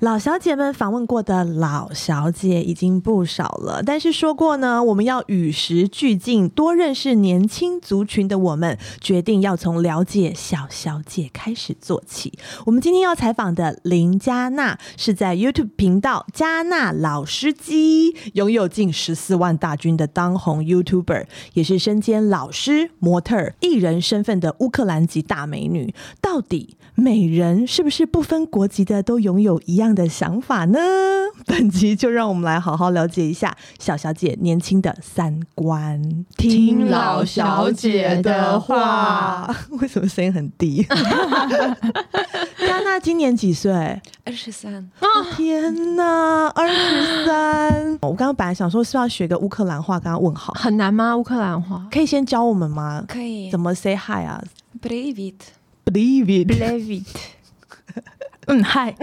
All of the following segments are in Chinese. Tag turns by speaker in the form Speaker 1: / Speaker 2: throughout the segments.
Speaker 1: 老小姐们访问过的老小姐已经不少了，但是说过呢，我们要与时俱进，多认识年轻族群的我们，决定要从了解小小姐开始做起。我们今天要采访的林嘉娜是在 YouTube 频道“嘉娜老司机”拥有近十四万大军的当红 YouTuber，也是身兼老师、模特儿、艺人身份的乌克兰籍大美女。到底美人是不是不分国籍的都拥有一样的想法呢？ 本集就让我们来好好了解一下小小姐年轻的三观，
Speaker 2: 听老小姐的话。
Speaker 1: 为什么声音很低？娜娜今年几岁？
Speaker 2: 啊
Speaker 3: 二十三，
Speaker 1: 天呐，二十三！我刚刚本来想说是要学个乌克兰话，刚刚问好，
Speaker 2: 很难吗？乌克兰话
Speaker 1: 可以先教我们吗？
Speaker 3: 可以
Speaker 1: 怎么 say hi 啊
Speaker 3: Привіт，
Speaker 1: ？Believe
Speaker 2: b l e v i t 嗯，嗨，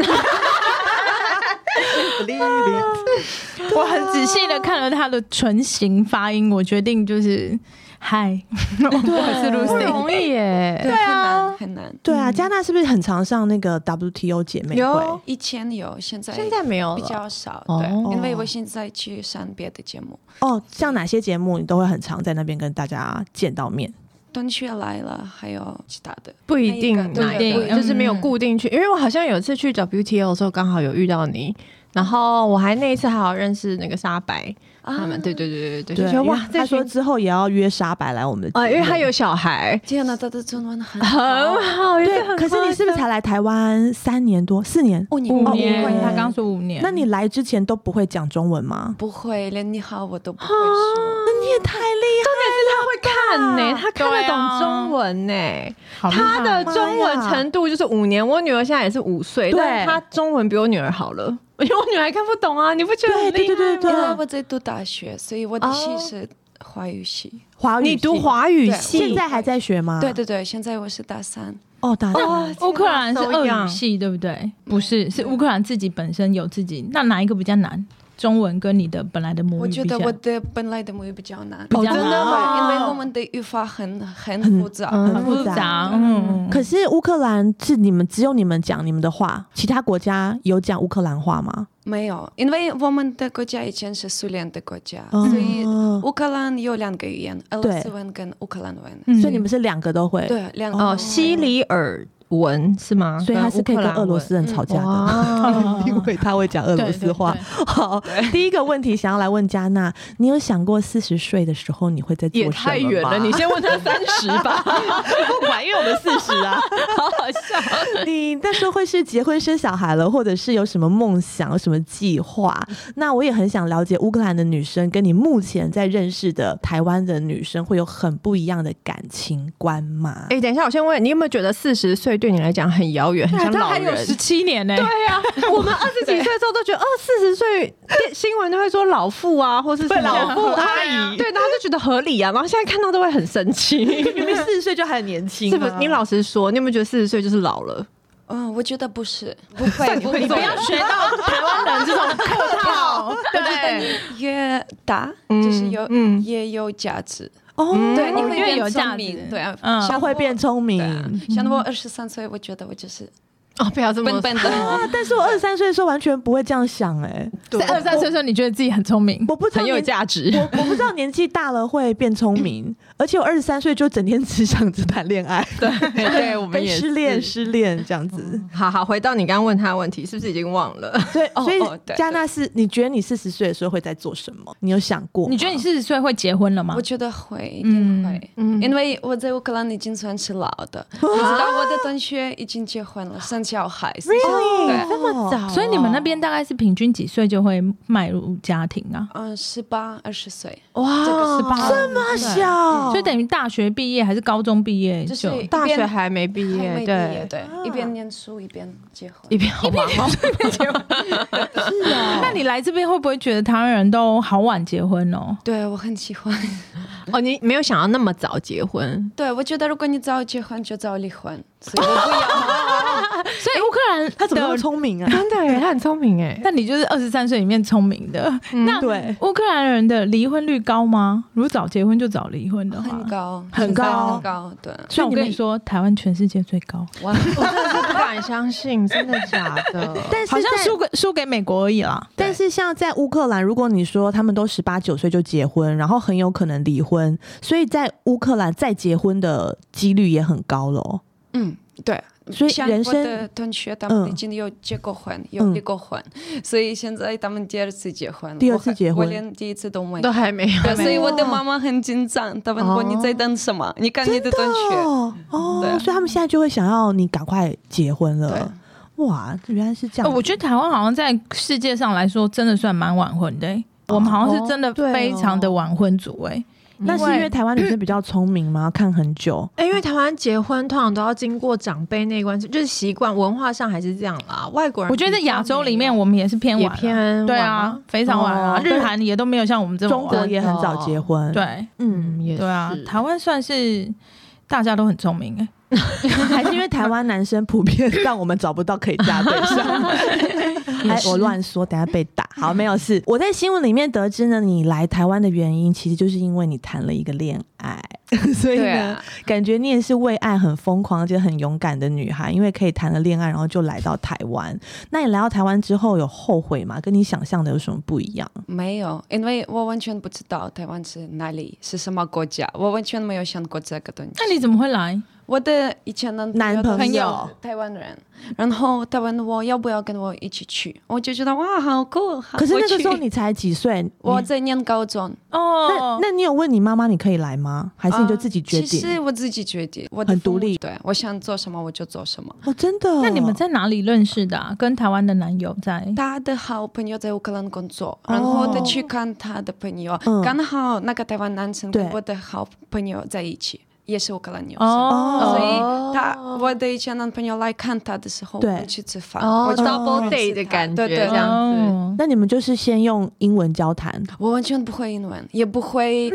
Speaker 1: it，believe it。
Speaker 2: 我很仔细的看了他的唇形发音，我决定就是嗨，我是 Lucy，
Speaker 1: 不容
Speaker 2: 易耶。
Speaker 3: 对啊，很难，很难。
Speaker 1: 对
Speaker 2: 嗯
Speaker 1: 啊，加纳是不是很常上那个 WTO 姐妹会？
Speaker 3: 以前有，现在
Speaker 2: 哦现在没有
Speaker 3: 比
Speaker 2: 了
Speaker 3: 较少，
Speaker 2: 哦
Speaker 3: 对，因为我现在去上别的节目。
Speaker 1: 哦，像哪些节目你都会很常在那边跟大家见到面？
Speaker 3: 冬雪来了，还有其他的，
Speaker 2: 不一定
Speaker 3: 那一，个
Speaker 2: 不一定，
Speaker 3: 对
Speaker 2: 就是没有
Speaker 3: 嗯
Speaker 2: 固定去。因为我好像有一次去 WTO 的时候，刚好有遇到你，然后我还那一次还好认识那个沙白
Speaker 3: 啊
Speaker 2: 他们，对对对对对，就觉得
Speaker 1: 因为
Speaker 2: 哇，
Speaker 1: 他
Speaker 2: 这
Speaker 1: 说
Speaker 2: 群
Speaker 1: 之后也要约沙白来我们的节目，
Speaker 2: 啊，因为他有小孩，
Speaker 3: 天啊哪，他的中文很
Speaker 2: 很好，也
Speaker 1: 对
Speaker 2: 很，
Speaker 1: 可是你是不是才来台湾三年多、四年？
Speaker 3: 五年
Speaker 4: 五
Speaker 1: 哦
Speaker 4: 年，
Speaker 1: 五年
Speaker 4: 他刚说五年。
Speaker 1: 那你来之前都不会讲中文吗？
Speaker 3: 不会，连你好我都不会
Speaker 2: 啊
Speaker 3: 说。
Speaker 1: 你也太厉
Speaker 2: 他看呢、他看得
Speaker 4: 对
Speaker 2: 懂
Speaker 4: 啊
Speaker 2: 中文呢、
Speaker 4: 好厉
Speaker 2: 他
Speaker 4: 害
Speaker 2: 的中文
Speaker 1: 妈呀
Speaker 2: 程度就是五年，我女儿现在也是五岁，
Speaker 1: 对
Speaker 2: 但她中文比我女儿好了， 因为我女儿还看不懂啊，你不觉得很
Speaker 1: 害！对
Speaker 2: 厉
Speaker 1: 对
Speaker 2: 害
Speaker 1: 对对对，
Speaker 2: 吗
Speaker 3: 因为我在读大学，所以我的
Speaker 2: 哦
Speaker 3: 系是华语系。
Speaker 1: 华语系
Speaker 2: 你读华语
Speaker 3: 对
Speaker 2: 系，
Speaker 1: 现在还在学
Speaker 2: 啊
Speaker 1: 吗？
Speaker 3: 对对对，现在我是大三。
Speaker 1: 哦，打
Speaker 2: 哇
Speaker 1: 算
Speaker 4: 乌克兰是俄
Speaker 2: 天哪
Speaker 4: 语系，对不对？不是，是乌克兰自己本身有自己。那哪一个比较难？中文跟你的本来的母
Speaker 2: 嗯
Speaker 3: 我
Speaker 4: 语比
Speaker 3: 觉得
Speaker 4: 较
Speaker 3: 我的本来的母语比较难，
Speaker 4: 比较
Speaker 2: 真的
Speaker 4: 难
Speaker 2: 吗
Speaker 3: 因为我们的语法很很复杂。
Speaker 1: 很
Speaker 4: 很
Speaker 1: 复
Speaker 4: 复
Speaker 1: 杂
Speaker 4: 杂。嗯，
Speaker 1: 可是乌克兰是你们只有你们讲你们的话，其他国家有讲乌克兰话吗？
Speaker 3: 没有，因为我们的国家以前是苏联的国家，
Speaker 1: 哦
Speaker 3: 所以乌克兰有两个语言，俄罗斯文跟乌克兰文。
Speaker 4: 嗯
Speaker 1: 所以你们是两个都会，
Speaker 3: 对，两个
Speaker 2: 哦，西里尔文是吗？
Speaker 1: 所以他是啊可以跟俄罗斯人
Speaker 3: 跟乌克兰文
Speaker 1: 吵架的。
Speaker 2: 哇，
Speaker 1: 因为嗯 他会讲俄罗斯话
Speaker 4: 对。
Speaker 1: 好，第一个问题想要来问加纳，你有想过四十岁的时候你会在做什
Speaker 2: 也
Speaker 1: 么吗
Speaker 2: 太远 了，你先问他三十 吧，
Speaker 1: 不管，因为我们四十啊。
Speaker 2: 好好笑。
Speaker 1: 你那时候会是结婚生小孩了，或者是有什么梦想、有什么计划？那我也很想了解乌克兰的女生跟你目前在认识的台湾的女生会有很不一样的感情观吗？
Speaker 2: 哎、等一下，我先问你有没有觉得四十岁对你来讲很遥远，很像
Speaker 4: 他
Speaker 2: 老
Speaker 4: 还
Speaker 2: 人
Speaker 4: 有？十七年呢。
Speaker 2: 对呀、我们二十几岁之后都觉得，哦，四十岁电新闻都会说老妇啊，或是什么
Speaker 4: 老妇
Speaker 2: 啊
Speaker 4: 阿姨
Speaker 2: 对，然后就觉得合理啊，然后现在看到都会很生气。
Speaker 1: 明 明四十岁就还很年轻啊
Speaker 2: 是不？你老实说，你有没有觉得四十岁就是老了？
Speaker 3: 嗯，我觉得不是，不会，不
Speaker 4: 你不要学到台湾人这种客套。对，
Speaker 3: 越大就是有
Speaker 2: 嗯嗯
Speaker 3: 也有价值，
Speaker 1: 哦，
Speaker 3: 对，你会
Speaker 4: 越
Speaker 3: 变
Speaker 4: 有
Speaker 3: 聪
Speaker 4: 价
Speaker 3: 明，
Speaker 4: 值
Speaker 3: 对啊，
Speaker 4: 嗯
Speaker 1: 他
Speaker 3: 像
Speaker 1: 会变
Speaker 3: 我
Speaker 1: 聪明
Speaker 3: 对。啊，像我二十三岁，我觉得我就是
Speaker 2: 哦，不要这么
Speaker 3: 笨笨的。
Speaker 1: 啊！但是我二十三岁的时候完全不会这样想哎、
Speaker 4: 在 二三岁的时候，你觉得自己很聪明，
Speaker 1: 我不知道
Speaker 2: 很有
Speaker 1: 年
Speaker 2: 价值。
Speaker 1: 我我不知道年纪大了会变聪 明，而且我二十三岁就整天只想着谈恋爱，
Speaker 2: 对，对我
Speaker 1: 跟失恋失恋这样子。
Speaker 2: 好好，回到你刚刚问他的问题，是不是已经忘了？
Speaker 1: 所以
Speaker 3: 哦
Speaker 1: 所
Speaker 3: 哦
Speaker 1: 以
Speaker 3: 对
Speaker 1: 加纳是，你觉得你四十岁的时候会在做什么？你有想过吗？
Speaker 4: 你觉得你四十岁会结婚了吗
Speaker 3: 我？觉得会，一定会，
Speaker 2: 嗯
Speaker 3: 因为我在乌克兰已经算是老的，你知道我的同学已经结婚了，生小孩所以
Speaker 1: 哦
Speaker 3: 对，
Speaker 1: 这么早？啊
Speaker 4: 所以你们那边大概是平均几岁就会迈入家庭啊？
Speaker 3: 嗯，十八二十岁，
Speaker 2: 哇
Speaker 3: 这个是八
Speaker 1: 哦这么小，哦
Speaker 4: 所以等于大学毕业还是高中毕业
Speaker 3: 就
Speaker 4: 就是
Speaker 3: 一边
Speaker 2: 大学还没毕
Speaker 3: 还
Speaker 2: 业，
Speaker 3: 没毕
Speaker 2: 对，
Speaker 3: 业，对，啊一边念书一边结婚，
Speaker 2: 一边好忙哦。
Speaker 1: 是啊。
Speaker 4: 那你来这边会不会觉得台湾人都好晚结婚哦？
Speaker 3: 对我很喜欢。
Speaker 2: 哦，你没有想要那么早结婚，
Speaker 3: 对，我觉得如果你早结婚就早离婚，所以我不要。
Speaker 4: 所以乌克兰
Speaker 1: 他怎么那么
Speaker 4: 的
Speaker 1: 聪明啊？
Speaker 2: 真的耶，他很聪明哎。
Speaker 4: 但你就是二十三岁里面聪明的。
Speaker 2: 嗯
Speaker 4: 那
Speaker 1: 对
Speaker 4: 乌克兰人的离婚率高吗？如果早结婚就早离婚的话
Speaker 3: 很，高，
Speaker 1: 很
Speaker 3: 现在
Speaker 1: 高
Speaker 3: 很高，对，
Speaker 4: 像我跟你说，台湾全世界最高，
Speaker 3: 哇，
Speaker 2: 我真的是不敢相信，真的假的？
Speaker 1: 但是
Speaker 4: 好像
Speaker 1: 在
Speaker 4: 输给输给美国而已啦。
Speaker 1: 但是像在乌克兰，如果你说他们都十八九岁就结婚，然后很有可能离婚，所以在乌克兰再结婚的几率也很高喽。
Speaker 3: 嗯，对。
Speaker 1: 所以
Speaker 3: 像
Speaker 1: 人
Speaker 3: 我的同学，他
Speaker 1: 嗯
Speaker 3: 们已经有结过婚，有离过婚，所以现在他们第二次结婚了。
Speaker 1: 第二次
Speaker 3: 我还
Speaker 1: 结婚
Speaker 3: 我连第一次都没有
Speaker 2: 都。还没有，
Speaker 3: 对，所以我的
Speaker 1: 哇
Speaker 3: 妈妈很紧张，她问我
Speaker 2: 哦
Speaker 3: 你在等什么？你看你
Speaker 1: 真
Speaker 3: 的
Speaker 1: 的
Speaker 3: 同学，
Speaker 1: 哦，
Speaker 4: 嗯
Speaker 1: 哦
Speaker 3: 对
Speaker 1: 所以他们现在就会想要你赶快结婚
Speaker 3: 对
Speaker 1: 了。哇，原来是这
Speaker 4: 呃
Speaker 1: 样。
Speaker 4: 我觉得台湾好像在世界上来说，真的算蛮晚婚的、欸我们好像是真的
Speaker 2: 对哦
Speaker 4: 非常的晚婚族哎、
Speaker 1: 那是因为台湾女生比较聪明吗？看很久，
Speaker 2: 哎、因为台湾结婚通常都要经过长辈那一关，就是习惯文化上还是这样啦。外国人
Speaker 4: 我觉得在亚洲里面，我们也是偏
Speaker 2: 也
Speaker 4: 晚啊、
Speaker 2: 哦偏
Speaker 4: 对
Speaker 2: 晚
Speaker 4: 啊，，非常晚啊。
Speaker 1: 哦
Speaker 4: 日韩也都没有像我们这么
Speaker 1: 中国
Speaker 4: 晚，
Speaker 1: 也很早结婚。，
Speaker 4: 对，
Speaker 1: 嗯，
Speaker 2: 也
Speaker 4: 对啊，台湾算是大家都很聪明哎、
Speaker 1: 还是因为台湾男生普遍让我们找不到可以嫁对 象。还我乱说，等下被打。好，没有事。我在新闻里面得知呢，你来台湾的原因其实就是因为你谈了一个恋爱， 所以
Speaker 3: 对
Speaker 1: 呢，
Speaker 3: 啊，
Speaker 1: 感觉你也是为爱很疯狂而且很勇敢的女孩，因为可以谈了恋爱，然后就来到台湾。那你来到台湾之后有后悔吗？跟你想象的有什么不一样？
Speaker 3: 没有，因为我完全不知道台湾是哪里，是什么国家，我完全没有想过这个东西。
Speaker 4: 那你怎么会来？
Speaker 3: 我的以前男
Speaker 1: 男
Speaker 3: 朋友
Speaker 1: 朋
Speaker 3: 都是
Speaker 4: 友
Speaker 3: 台湾人，然后他问我要不要跟我一起去，我就觉得哇，好酷！好
Speaker 1: 可是那个时候
Speaker 3: 我去
Speaker 1: 你才几岁？
Speaker 3: 我
Speaker 1: 你
Speaker 3: 在念高中，
Speaker 1: 那
Speaker 4: 哦，
Speaker 1: 那你有问你妈妈你可以来吗？还是你就自己决
Speaker 3: 呃其
Speaker 1: 定？
Speaker 3: 实我自己决定，我的
Speaker 1: 很独
Speaker 3: 父母
Speaker 1: 立
Speaker 3: 对我想做什么我就做什么。
Speaker 1: 哦，真的？
Speaker 4: 那你们在哪里认识的、啊？跟台湾的男友在？
Speaker 3: 他的好朋友在乌克兰工作，然后他去看他的朋友，
Speaker 1: 哦嗯
Speaker 3: 刚好那个台湾男生
Speaker 1: 对
Speaker 3: 跟我的好朋友在一起，也是乌克兰女生。
Speaker 1: 哦
Speaker 3: 所
Speaker 4: 哦，
Speaker 3: 以他我的以前男朋友来看他的时候，
Speaker 1: 对
Speaker 3: 我们去吃饭，
Speaker 2: 哦
Speaker 3: 我就
Speaker 2: double
Speaker 3: 认识
Speaker 2: date 的
Speaker 3: 他
Speaker 2: 感觉
Speaker 3: 对对
Speaker 2: 这样子
Speaker 4: 哦
Speaker 1: 那你们就是先用英文交谈
Speaker 3: 我完全不会英文，也不会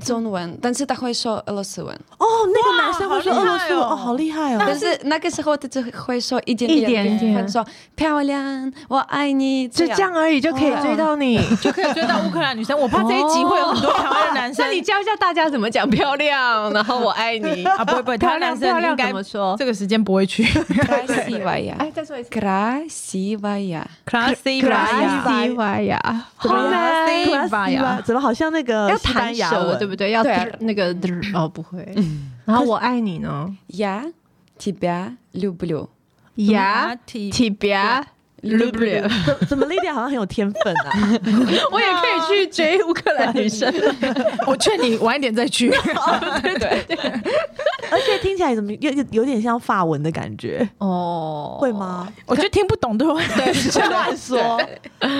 Speaker 3: 中文，但是他会说俄罗斯文。
Speaker 1: 哦。那个男生会说
Speaker 4: 好
Speaker 1: 俄
Speaker 4: 厉害
Speaker 1: 罗斯文
Speaker 4: 哦
Speaker 1: 哦，好厉害
Speaker 3: 但
Speaker 1: 哦。
Speaker 3: 是那个时候他只会说一点
Speaker 2: 一点点
Speaker 3: 他说漂亮，我爱你，
Speaker 2: 就
Speaker 3: 样
Speaker 2: 这样而已就可以追到你。
Speaker 4: 就可以追到乌克兰女生。我怕这一集会有很多台湾的男生
Speaker 2: 那。你教一下大家怎么讲漂亮，然后我爱你
Speaker 4: 啊，不会不会，台
Speaker 2: 漂
Speaker 4: 湾男
Speaker 2: 亮
Speaker 4: 生
Speaker 2: 漂
Speaker 4: 应
Speaker 2: 亮
Speaker 4: 该
Speaker 2: 怎么说？
Speaker 4: 这个时间不会去。
Speaker 3: красивая,
Speaker 2: 哎，再说一次。
Speaker 3: красивая。
Speaker 4: Classy
Speaker 1: 吧
Speaker 2: 呀，
Speaker 1: 怎么
Speaker 2: 好难
Speaker 1: 样？
Speaker 4: Classy 吧呀
Speaker 1: 怎么好像那个
Speaker 2: 要
Speaker 1: 西班
Speaker 2: 弹
Speaker 1: 牙
Speaker 2: 舌
Speaker 1: 文
Speaker 2: 对不对？要
Speaker 3: 对啊
Speaker 2: 那个哦不会。然后我爱你呢，
Speaker 3: Я тебя люблю.
Speaker 2: 呀
Speaker 4: 体
Speaker 2: 体别
Speaker 3: люблю
Speaker 1: 怎怎么 Lydia 好像很有天分啊？
Speaker 2: 我也可以去追乌克兰女 生。
Speaker 4: 我劝你晚一点再去。
Speaker 1: 而且听起来怎么有有有点像法文的感觉，
Speaker 2: 哦，
Speaker 1: 会？吗？
Speaker 4: 我觉得听不懂都会
Speaker 1: 就乱说，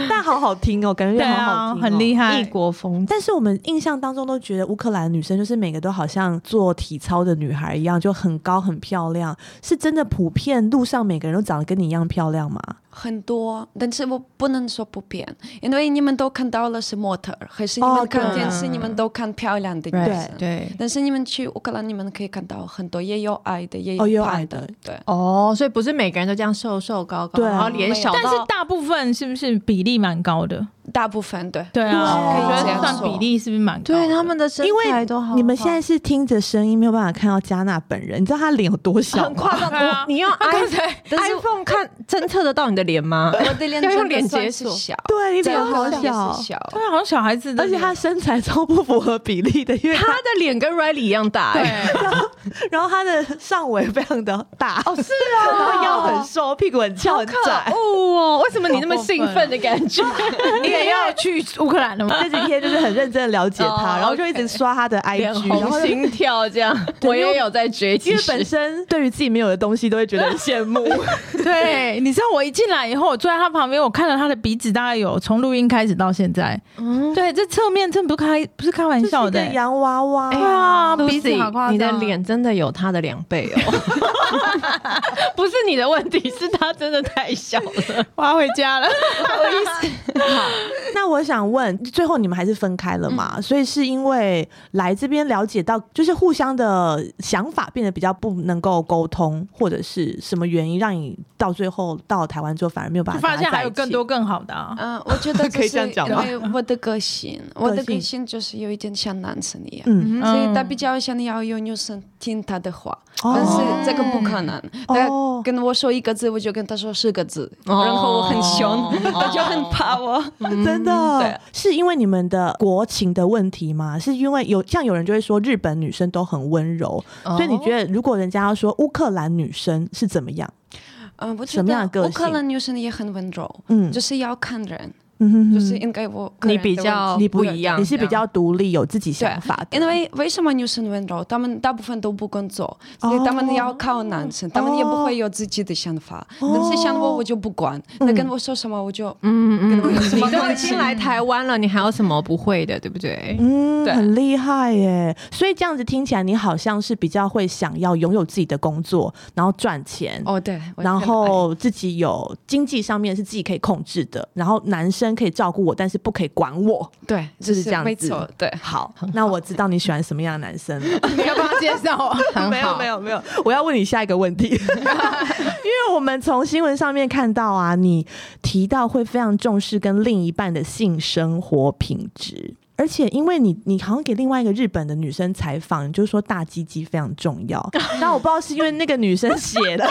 Speaker 1: 但好好听哦，感觉好 好听哦，
Speaker 4: 啊很厉害
Speaker 2: 异。国风
Speaker 1: 但是我们印象当中都觉得乌克兰女生就是每个都好像做体操的女孩一样，就很高很漂亮，是真的普遍路上每个人都长得跟你一样漂亮吗？
Speaker 3: 很多，但是我不能说不变，因为你们都看到了是模特儿，还是你
Speaker 1: 哦
Speaker 3: 们
Speaker 1: 对
Speaker 3: 看电视，你们都看漂亮的女生。
Speaker 2: 对。
Speaker 3: 但是你们去乌克兰，你们可以看到很多，也有矮的，也
Speaker 1: 哦也有
Speaker 3: 有
Speaker 1: 矮
Speaker 3: 胖
Speaker 1: 的
Speaker 3: 的，对。
Speaker 2: 哦，所以不是每个人都这样瘦瘦高高，
Speaker 1: 对啊
Speaker 2: 然后脸小
Speaker 4: 但是
Speaker 2: 到
Speaker 4: 大部分是不是比例蛮高的？
Speaker 3: 大部分对，
Speaker 4: 对啊，
Speaker 1: 对
Speaker 4: 我觉
Speaker 1: 可以这
Speaker 4: 得
Speaker 1: 样
Speaker 4: 算
Speaker 3: 说
Speaker 4: 比例是不是蛮高的？
Speaker 2: 对啊他们的身
Speaker 1: 因为
Speaker 2: 材都好好。
Speaker 1: 你们现在是听着声音没有办法看到加纳本人，你知道她脸有多小
Speaker 2: 很
Speaker 1: 吗？
Speaker 2: 夸张，
Speaker 4: 对啊
Speaker 2: 我你用 i iPhone 看侦测得到你的脸吗？
Speaker 3: 我的脸
Speaker 2: 要用
Speaker 3: 真
Speaker 2: 脸
Speaker 3: 的
Speaker 2: 解
Speaker 3: 算是
Speaker 2: 锁
Speaker 3: 小，
Speaker 1: 对，你
Speaker 3: 真
Speaker 1: 脸
Speaker 3: 的
Speaker 1: 好
Speaker 3: 算是
Speaker 1: 小，哦
Speaker 3: 小，
Speaker 4: 对啊，好像小孩子的
Speaker 1: 而且
Speaker 4: 脸，
Speaker 1: 她身材超不符合比例的，因为
Speaker 2: 他
Speaker 1: 她，
Speaker 2: 的脸跟 Riley 一样大，哎
Speaker 4: 对，
Speaker 1: 然后她的上围非常的大，哦，
Speaker 2: 是啊，
Speaker 1: 然后腰很瘦，屁股很翘很窄。
Speaker 2: 哦，为什么你那么兴奋的感觉？
Speaker 4: 你也要去乌克兰了 吗？
Speaker 1: 这几天就是很认真的了解她，
Speaker 2: 哦
Speaker 1: 然后就一直刷她的 IG，然后就
Speaker 2: 心跳这样，我也有在追，
Speaker 1: 因
Speaker 2: 其
Speaker 1: 为
Speaker 2: 实
Speaker 1: 本身对于自己没有的东西都会觉得很羡 慕。
Speaker 4: 对，你知道我一进来以后，我坐在他旁边，我看了他的鼻子，大概有从录音开始到现在，对，这侧面真不开不是开玩笑的、
Speaker 1: 就是一个洋娃娃，
Speaker 4: 对啊，鼻子
Speaker 2: Lucy，
Speaker 4: 好夸张，
Speaker 2: 你的脸真的有他的两倍哦， 不是你的问题，是他真的太小了。
Speaker 4: 我要回家了。
Speaker 1: 那我想问，最后你们还是分开了嘛？所以是因为来这边了解到，就是互相的想法变得比较不能够沟通，或者是什么原因让你到最后到台湾之后反而没有办
Speaker 4: 我
Speaker 1: 法
Speaker 4: 发
Speaker 1: 跟
Speaker 4: 现
Speaker 1: 他在
Speaker 4: 还
Speaker 1: 一
Speaker 4: 有
Speaker 1: 起
Speaker 4: 更多更好的啊。
Speaker 3: 嗯、我觉得
Speaker 1: 可以这样讲吗
Speaker 3: 就是因为我的个性，我的
Speaker 1: 个性
Speaker 3: 个性就是有一点像男生一样，
Speaker 1: 嗯，
Speaker 3: 所以他比较想要有女生听他的话，但是
Speaker 1: 哦
Speaker 3: 这个不可能。
Speaker 1: 哦
Speaker 3: 他跟我说一个字，我就跟他说四个字，
Speaker 2: 哦
Speaker 3: 然后我很凶
Speaker 2: 哦，
Speaker 3: 他就很怕我。
Speaker 1: 真的
Speaker 3: 嗯对
Speaker 1: 是因为你们的国情的问题吗？是因为有像有人就会说日本女生都很温柔，
Speaker 3: 哦
Speaker 1: 所以你觉得如果人家要说乌克兰女生是怎么样？
Speaker 3: 嗯，我觉
Speaker 1: 什么样的
Speaker 3: 得
Speaker 1: 个
Speaker 3: 乌
Speaker 1: 性
Speaker 3: 克兰女生也很温柔，
Speaker 1: 嗯
Speaker 3: 就是要看人，
Speaker 1: 嗯哼哼
Speaker 3: 就是应该我个人
Speaker 2: 你
Speaker 3: 的
Speaker 2: 比
Speaker 3: 问
Speaker 2: 较
Speaker 3: 题
Speaker 1: 你不
Speaker 2: 不一样
Speaker 1: 你是比较独立有自己想法的，
Speaker 3: 因为为什么女生温柔？她们大部分都不工作，所以她们要靠男生，她们也不会有自己的想法。但是像我，我就不管，他跟我说什么我就
Speaker 2: 嗯嗯
Speaker 3: 跟我有什
Speaker 2: 你
Speaker 3: 么
Speaker 2: 都已
Speaker 3: 关系
Speaker 2: 经？来台湾了，你还有什么不会的，对不对？
Speaker 1: 嗯，
Speaker 3: 对
Speaker 1: 很厉害耶。所以这样子听起来，你好像是比较会想要拥有自己的工作，然后赚钱。
Speaker 3: 哦，对，我
Speaker 1: 然
Speaker 3: 很爱
Speaker 1: 后自己有经济上面是自己可以控制的，然后男生可以照顾我，但是不可以管我。
Speaker 3: 对，
Speaker 1: 就是
Speaker 3: 是
Speaker 1: 这样
Speaker 3: 没
Speaker 1: 子
Speaker 3: 错，对。
Speaker 1: 好，那我知道你喜欢什么样的男生 了。
Speaker 4: 你要帮他介绍啊？
Speaker 2: 很好
Speaker 1: 没有没有没有，我要问你下一个 问题， 因为我们从新闻上面看到啊，你提到会非常重视跟另一半的性生活品质，而且因为你你好像给另外一个日本的女生采访，你就说大鸡鸡非常重 要，那我不知道是因为那个女生写的